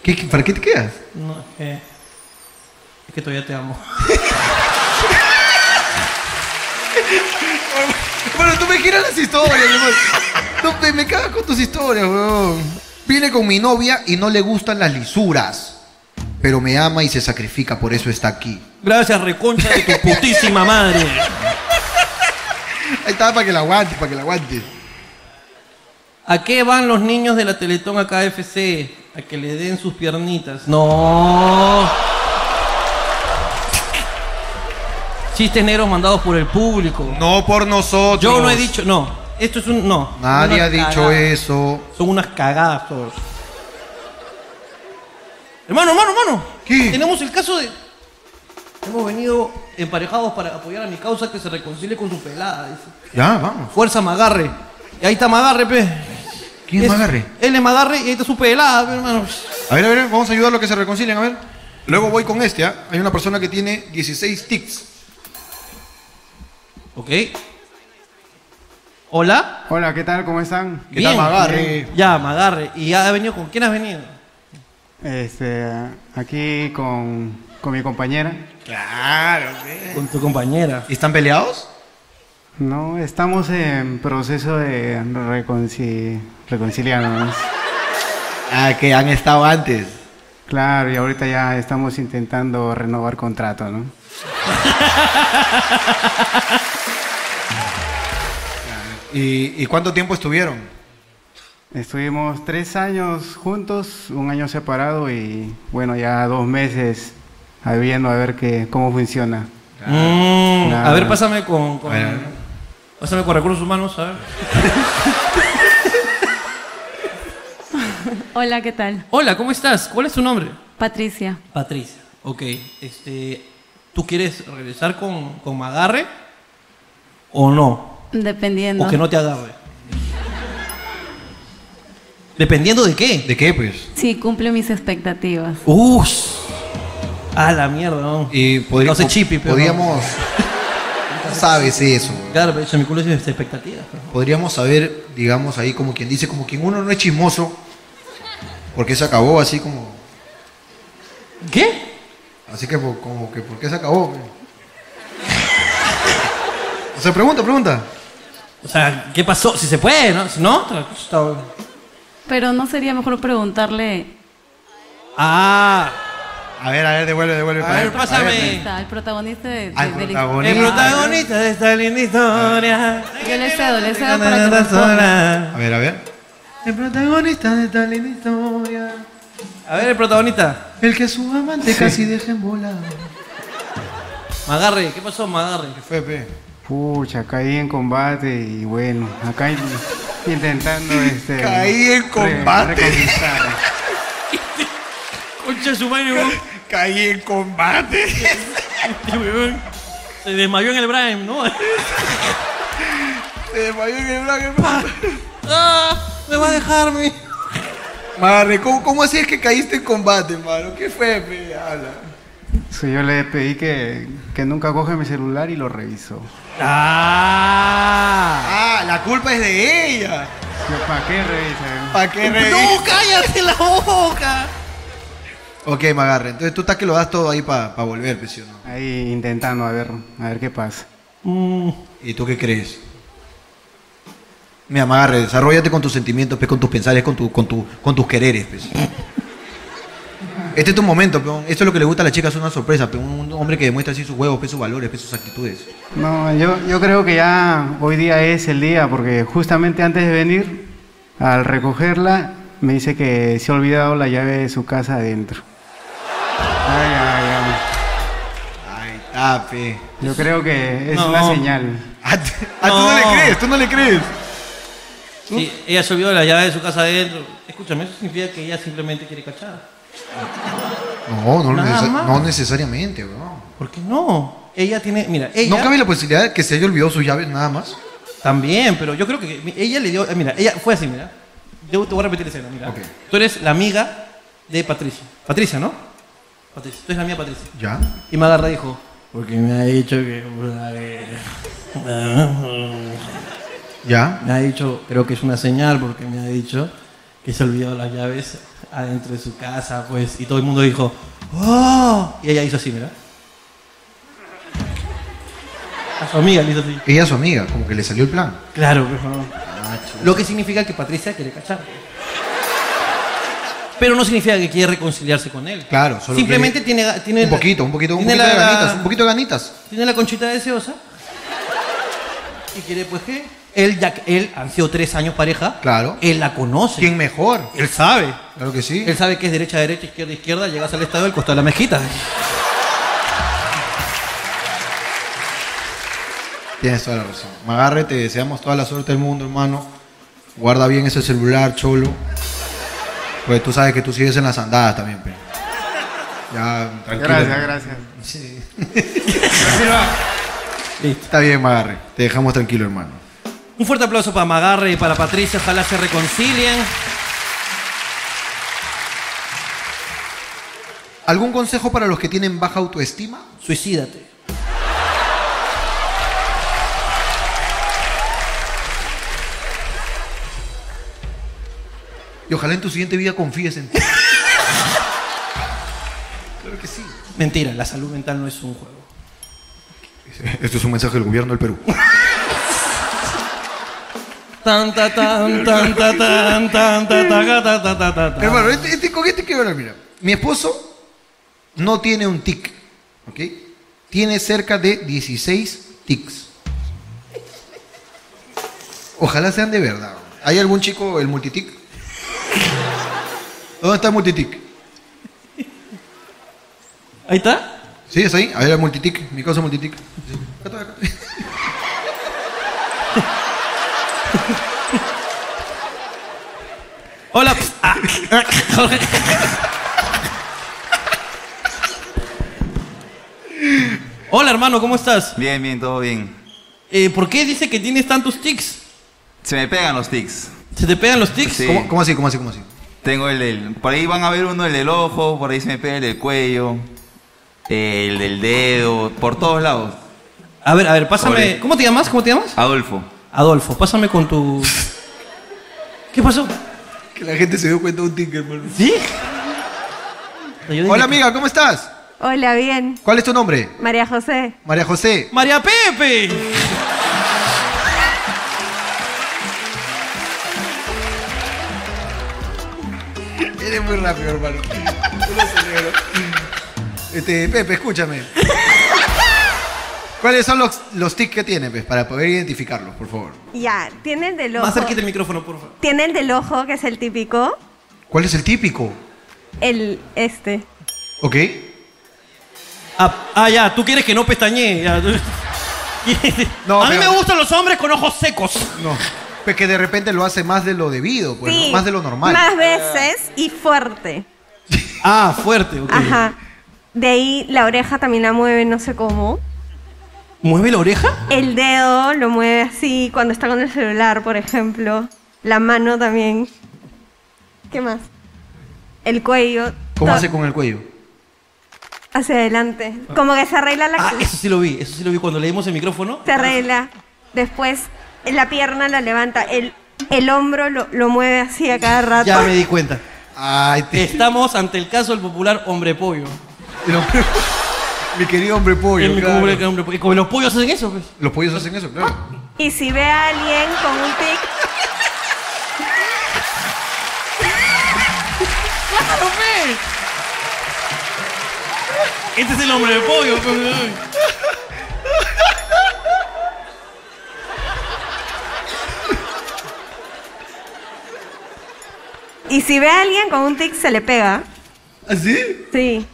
¿Qué- qué- ¿Para qué te quedas? No, es que. Es que todavía te amo. Bueno, tú me giras las historias, hermano. No, me, me cagas con tus historias, weón. Viene con mi novia y no le gustan las lisuras. Pero me ama y se sacrifica, por eso está aquí. Gracias, reconcha de tu putísima madre. Ahí está, para que la aguantes, para que la aguantes. ¿A qué van los niños de la Teletón a KFC? A que le den sus piernitas. No. Chistes negros mandados por el público. No por nosotros. Yo no he dicho, no. Esto es un, no. Nadie Unas ha dicho cagadas. eso. Son unas cagadas todos. Hermano, hermano, hermano. ¿Qué? Tenemos el caso de... Hemos venido emparejados para apoyar a mi causa que se reconcilie con su pelada. dice. Ya, vamos. Fuerza Magarre. Y ahí está Magarre, pe. ¿Quién es Magarre? Él es Magarre y ahí está su pelada, pe, hermano. A ver, a ver, vamos a ayudarlo a que se reconcilien, a ver. Luego voy con este, ¿ah? Hay una persona que tiene 16 tics. Ok. Hola. Eh. Hola, ¿qué tal? ¿Cómo están? ¿Qué tal, Magarre? Ya, Magarre. ¿Y ha venido con quién has venido? Este, aquí con, con mi compañera. Claro, Con tu compañera. ¿Y están peleados? No, estamos en proceso de reconci- reconciliarnos. Ah, que han estado antes. Claro, y ahorita ya estamos intentando renovar contrato, ¿no? ¿Y, y cuánto tiempo estuvieron? Estuvimos tres años juntos, un año separado y bueno, ya dos meses ah, viendo a ver qué, cómo funciona. Mm, Claro. A ver, pásame con, con- A ver, a ver. pásame con recursos humanos, a ver. Hola, ¿qué tal? Hola, ¿cómo estás? ¿Cuál es tu nombre? Patricia. Patricia. Ok, este, ¿tú quieres regresar con, con Magarre o no? Dependiendo. O que no te agarre. Dependiendo de qué. ¿De qué, pues? Sí, cumple mis expectativas. Ush. A la mierda, no. Y podri- No se po- chipi, pero Podríamos. No sabes eso. Claro, pero eso me culo sin expectativas. pero- Podríamos saber, digamos, ahí como quien dice, como quien uno no es chismoso. Porque se acabó así como. ¿Qué? Así que, po- como que, ¿por qué se acabó? O sea, pregunta, pregunta. O sea, ¿qué pasó? Si se puede, ¿no? Si no, otra cosa, está- Pero no sería mejor preguntarle Ah. A ver, a ver, devuelve, devuelve. A para ver, ver, pásame. para ver. Eh. al protagonista de, de- Al de la- protagonista. El protagonista de esta linda historia. Yo le cedo, le cedo para que responda. A ver, a ver. El protagonista de esta linda historia. A ver, el protagonista. El que su amante Sí. casi deja en bola. Magarre, ¿qué pasó, Magarre? ¿Qué fue, pe? Pucha, caí en combate y bueno, acá in- intentando este. Caí en re- combate. reconquistar. Concha su madre, weón. Caí en combate. Se desmayó en el Brian, ¿no? Se desmayó en el Brian, hermano. ¡Ah! ¡Me va a dejarme! Magarre, ¿cómo, cómo así es que caíste en combate, mano? ¿Qué fue, pe? Habla. Sí, yo le pedí que, que nunca coge mi celular y lo revisó. ¡Ah! ¡Ah! La culpa es de ella. ¿Para qué revisa? ¿Para qué revisa? ¡No, cállate la boca! Ok, Magarre, entonces tú estás que lo das todo ahí para volver, pe, ¿sí o no? Ahí intentando, a ver, a ver qué pasa. ¿Y tú qué crees? Mira, Magarre, desarrollate con tus sentimientos, pe, con tus pensares, con, tu, con, tu, con tus quereres. Pues. Este es tu momento, peón. Esto es lo que le gusta a la chica, es una sorpresa. pe, Un, un hombre que demuestra así sus huevos, pe, sus valores, pe, sus actitudes. No, yo, yo creo que ya hoy día es el día, porque justamente antes de venir, al recogerla, me dice que se ha olvidado la llave de su casa adentro. Ay, ay, ay. Ay, tape. Yo creo que es una señal. Ah, pues. tú no le crees, tú no le crees. Sí, ella se olvidó la llave de su casa adentro. Escúchame, eso significa que ella simplemente quiere cachar. No, no, lo Nada necesa- más. no necesariamente, weón. ¿Por qué no? Ella tiene, mira, ella... ¿No cabe la posibilidad de que se haya olvidado sus llaves nada más? También, pero yo creo que mi- ella le dio. eh, Mira, ella fue así, mira. Yo te voy a repetir la escena, mira. Tú eres la amiga de Patricia. Patricia, ¿no? Patricia, tú eres la amiga de Patricia. Ya. Y Magarra dijo. Porque me ha dicho que. Ya. Me ha dicho, creo que es una señal porque me ha dicho que se olvidó las llaves adentro de su casa, pues. Y todo el mundo dijo, ¡Oh! Y ella hizo así, mira. A su amiga le hizo así. Ella es su amiga, como que le salió el plan. Claro, por favor. Ah, chulo. Lo que significa que Patricia quiere cachar. Pero no significa que quiere reconciliarse con él. Claro, solo Simplemente quiere- tiene, ga- tiene. Un poquito, un poquito, un tiene poquito de la- ganitas, un poquito de ganitas. Tiene la conchita deseosa. Y quiere, pues, que. Él, ya que él han sido tres años pareja. Claro. Él la conoce. ¿Quién mejor? Él sabe. Claro que sí. Él sabe que es derecha, derecha, izquierda, izquierda. Llegas al estado del costado de la mezquita. Tienes toda la razón. Magarre, te deseamos toda la suerte del mundo, hermano. Guarda bien ese celular, cholo. Pues tú sabes que tú sigues en las andadas también, pero. Ya, tranquilo. Gracias, hermano. gracias. Sí. Está bien, Magarre. Te dejamos tranquilo, hermano. Un fuerte aplauso para Magarre y para Patricia. Ojalá se reconcilien. ¿Algún consejo para los que tienen baja autoestima? Suicídate. Y ojalá en tu siguiente vida confíes en ti. claro que sí. Mentira, la salud mental no es un juego. Esto Este es un mensaje del gobierno del Perú. Tan, ta, tan, tan, ta, tan, tan, ta, ta, ga, ta, ta, ta, ta, ta. Hermano, este, este- con este quiero hablar, mira. Mi esposo no tiene un tic, ¿ok? Tiene cerca de 16 tics. Ojalá sean de verdad. ¿Hay algún chico el multitic? ¿Dónde está el multitic? ¿Ahí está? Sí, es ahí. A ver, el multitic. Mi cosa multitic. Hola. pss, ah, ah, joder. Hola, hermano, ¿cómo estás? Bien, bien, todo bien. Eh, ¿Por qué dice que tienes tantos tics? Se me pegan los tics. ¿Se te pegan los tics? ¿Cómo, cómo así? ¿Cómo así? ¿Cómo así? Tengo el del. Por ahí van a ver uno el del ojo, por ahí se me pega el del cuello, el del dedo, por todos lados. A ver, a ver, pásame. Pobre. ¿Cómo te llamas? ¿Cómo te llamas? Adolfo. Adolfo, pásame con tu. ¿Qué pasó? Que la gente se dio cuenta de un tic, hermano. ¿Sí? Hola, amiga, ¿cómo estás? Hola, bien. ¿Cuál es tu nombre? María José. María José. María Pepe. Eres muy rápido, hermano. Tú lo celebro. Este, Pepe, escúchame. ¿Cuáles son los, los tics que tiene, Pepe, para poder identificarlos, por favor? Ya, tienen del ojo. Más cerquita el micrófono, por favor. Tienen del ojo, que es el típico, ¿Cuál es el típico? el este. Ok. Ah, ah, ya, tú quieres que no pestañee. ya. a mí me gustan los hombres con ojos secos. No. Pues que de repente lo hace más de lo debido, pues, Sí, ¿no? más de lo normal. Más veces y fuerte. Ah, fuerte, ok. Ajá. De ahí la oreja también la mueve, no sé cómo. ¿Mueve la oreja? El dedo lo mueve así cuando está con el celular, por ejemplo. La mano también. ¿Qué más? El cuello. ¿Cómo to- hace con el cuello? Hacia adelante. Como que se arregla la Ah, eso sí lo vi, eso sí lo vi cuando leímos el micrófono. se arregla. Después la pierna la levanta. El, el hombro lo, lo mueve así a cada rato. Ya me di cuenta. Estamos ante el caso del popular hombre pollo. Mi querido hombre pollo. El mi claro. hombre- hombre pollo. ¿Y como los pollos hacen eso? pues? Los pollos hacen eso, claro. Y si ve a alguien con un tic. Este es el hombre de pollo. pues, ay. Y si ve a alguien con un tic, se le pega. ¿Así? Sí.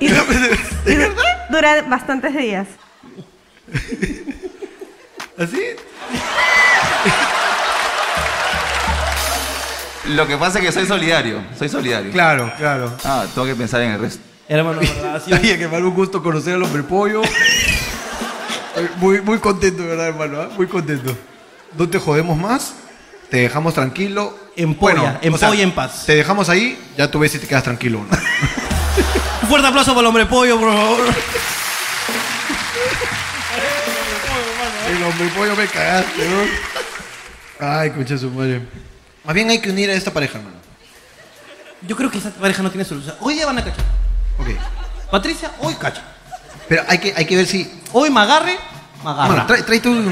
Y- y du- dura bastantes días. ¿Así? Lo que pasa es que soy solidario. Soy solidario. Claro, claro. Ah, tengo que pensar en el resto. Hermano, Oye, que me da un gusto conocer al hombre pollo. Muy, muy contento, de verdad, hermano. ¿ah? Muy contento. No te jodemos más. Te dejamos tranquilo. En polla, en polla, en paz. Te dejamos ahí, ya tú ves si te quedas tranquilo o no. Un fuerte aplauso para el hombre pollo, por favor. El hombre pollo me cagaste, ¿no? Ay, escucha su madre. Más bien hay que unir a esta pareja, hermano. Yo creo que esa pareja no tiene solución. Hoy día van a cachar. Ok. Patricia, hoy cacha. Pero hay que, hay que ver si. Hoy me agarre, me agarra. Mano, trae, trae tu.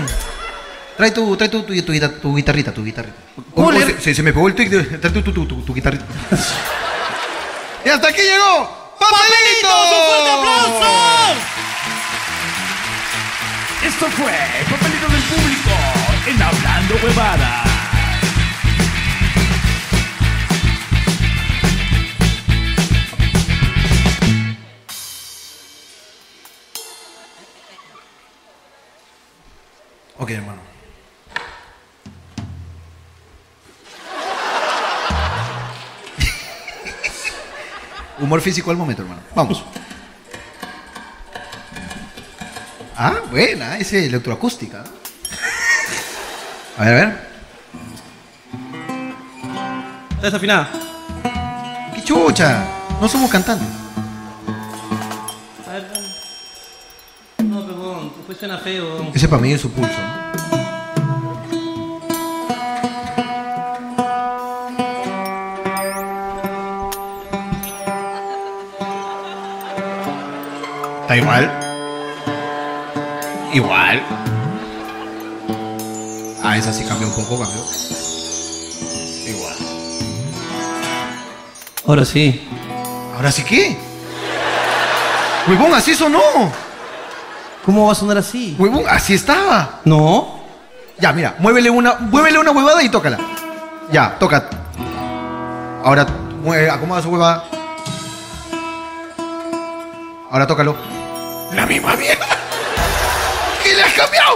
Trae tu, trae tu, tu, tu guita- tu guitarrita, tu guitarrita. ¿Cómo Oh, leer? se, se- se me pegó el tweet. de- Trae tu, tu, tu, tu, tu guitarrita. y hasta aquí llegó. ¡Oh! ¡Papelito! Esto fue Papelito del Público en Hablando Huevada. Ok, hermano. Humor físico al momento, hermano. Vamos. Ah, buena, es electroacústica. A ver, a ver. Está desafinada. ¡Qué chucha! No somos cantantes. A ver, No, perdón, después suena feo. Ese para mí es su pulso. Está igual. Igual. Ah, esa sí cambió un poco, cambió. Igual. Ahora sí. ¿Ahora sí qué? Huevón, ¿así sonó? ¿Cómo va a sonar así? Huevón, así estaba. No. Ya, mira, muévele una, muévele una huevada y tócala. Ya, toca. Ahora, mueve, acomoda su huevada. Ahora tócalo. La misma mierda. ¿Qué le has cambiado?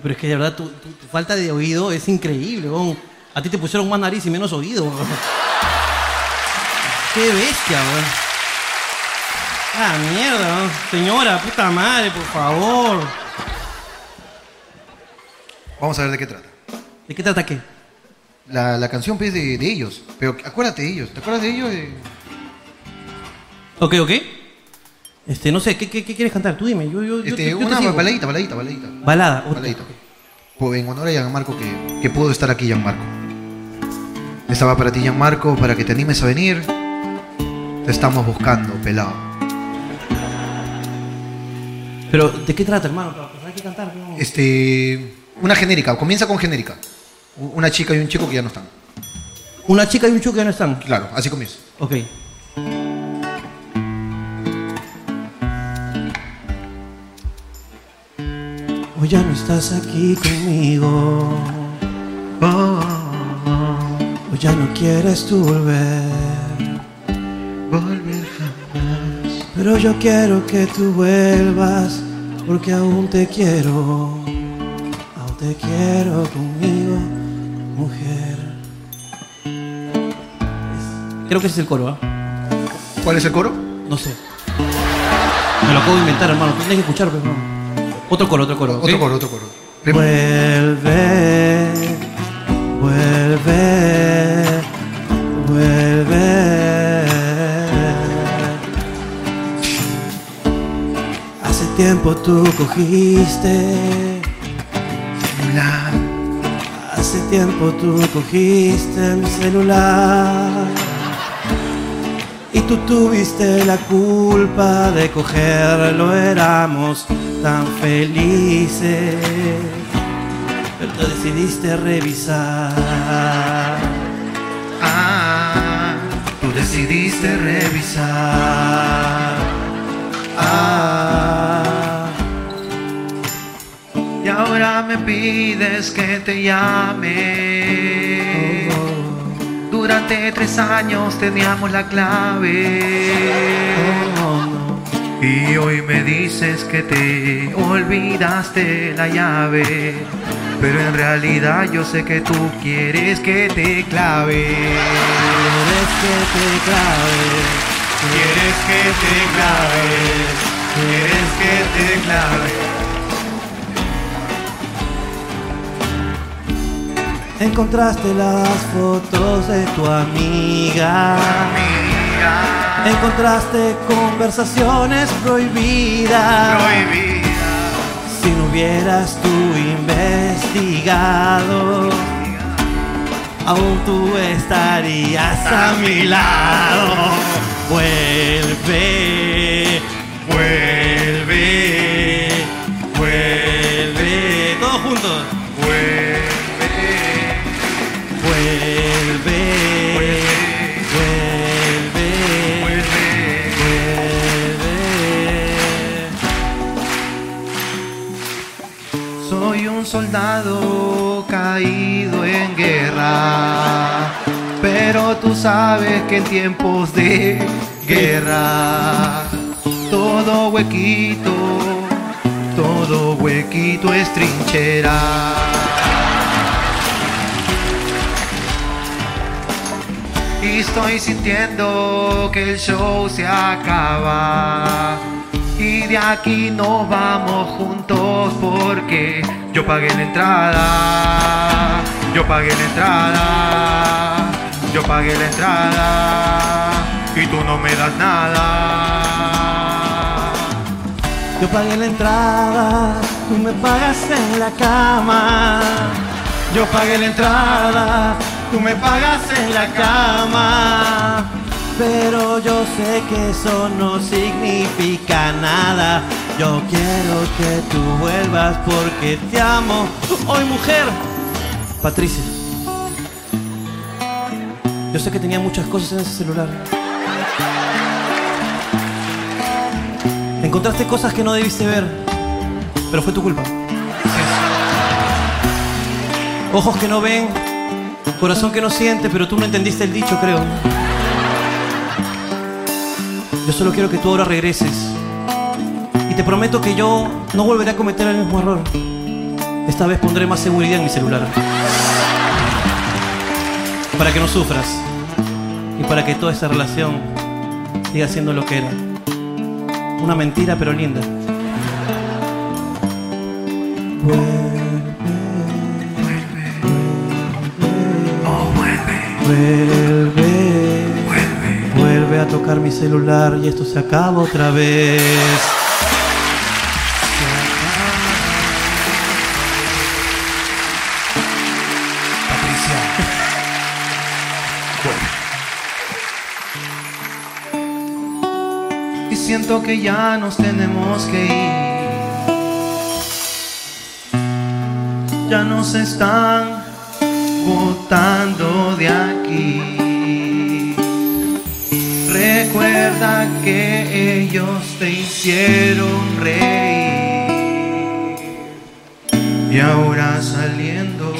Pero es que de verdad tu, tu- tu falta de oído es increíble, weón. A ti te pusieron más nariz y menos oído, weón. Qué bestia, weón. Ah, mierda, weón. Señora, puta madre, por favor. Vamos a ver de qué trata. ¿De qué trata qué? La, la canción pues, de, de ellos. Pero acuérdate de ellos. ¿Te acuerdas de ellos? De- Ok, ok. Este, no sé, ¿qué, qué- qué quieres cantar? Tú dime, yo, yo, yo Este, te- yo te una sigo. baladita, baladita, baladita. Balada, ok. Baladita. Pues en honor a Gianmarco que, que pudo estar aquí, Gianmarco. Esta va para ti, Gianmarco, para que te animes a venir. Te estamos buscando, pelado. Pero, ¿de qué trata, hermano? Para empezar hay que cantar, no. Este, una genérica, comienza con genérica. U- Una chica y un chico que ya no están. Una chica y un chico que no están. Claro, así comienza. Ok. Hoy ya no estás aquí conmigo. Hoy ya no quieres tú volver. Pero yo quiero que tú vuelvas porque aún te quiero. Aún te quiero conmigo, mujer. Creo que ese es el coro, ¿ah? ¿Cuál es el coro? No sé. Me lo acabo de inventar, hermano. Tienes que escuchar, pero no. Otro coro, otro coro. Otro coro, otro coro. Vuelve, vuelve, vuelve. Hace tiempo tú cogiste celular. Hace tiempo tú cogiste mi celular. Y tú tuviste la culpa de cogerlo, éramos tan felices. Pero tú decidiste revisar. Ah, tú decidiste revisar. Ah. Y ahora me pides que te llame. Durante tres años teníamos la clave. Y hoy me dices que te olvidaste la llave. Pero en realidad yo sé que tú quieres que te clave. Quieres que te clave. Quieres que te clave. Quieres que te clave. Encontraste las fotos de tu amiga. Encontraste conversaciones prohibidas. Si no hubieras tú investigado, aún tú estarías a mi lado. Vuelve, vuelve, vuelve. Todos juntos. Vuelve. Vuelve, vuelve, vuelve, vuelve. Soy un soldado caído en guerra, pero tú sabes que en tiempos de guerra todo huequito, todo huequito es trinchera. Y estoy sintiendo que el show se acaba. Y de aquí nos vamos juntos porque yo pagué la entrada. Yo pagué la entrada. Yo pagué la entrada. Y tú no me das nada. Yo pagué la entrada, tú me pagas en la cama. Yo pagué la entrada, tú me pagas en la cama. Pero yo sé que eso no significa nada. Yo quiero que tú vuelvas porque te amo. Hoy mujer, Patricia. Yo sé que tenía muchas cosas en ese celular. Encontraste cosas que no debiste ver, pero fue tu culpa. Ojos que no ven, corazón que no siente, pero tú no entendiste el dicho, creo. Yo solo quiero que tú ahora regreses. Y te prometo que yo no volveré a cometer el mismo error. Esta vez pondré más seguridad en mi celular. Para que no sufras. Y para que toda esta relación siga siendo lo que era. Una mentira pero linda. Vuelve, vuelve, vuelve a tocar mi celular y esto se acaba otra vez. Y siento que ya nos tenemos que ir. Ya nos están botando de aquí. Recuerda que ellos te hicieron reír. Y ahora saliendo,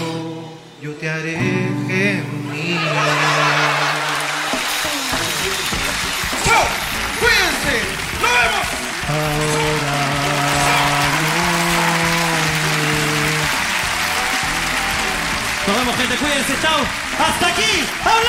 yo te haré gemir. ¡Cuídense! Nos vemos, gente. Cuídense. Chao. Hasta aquí. ¡Ahora!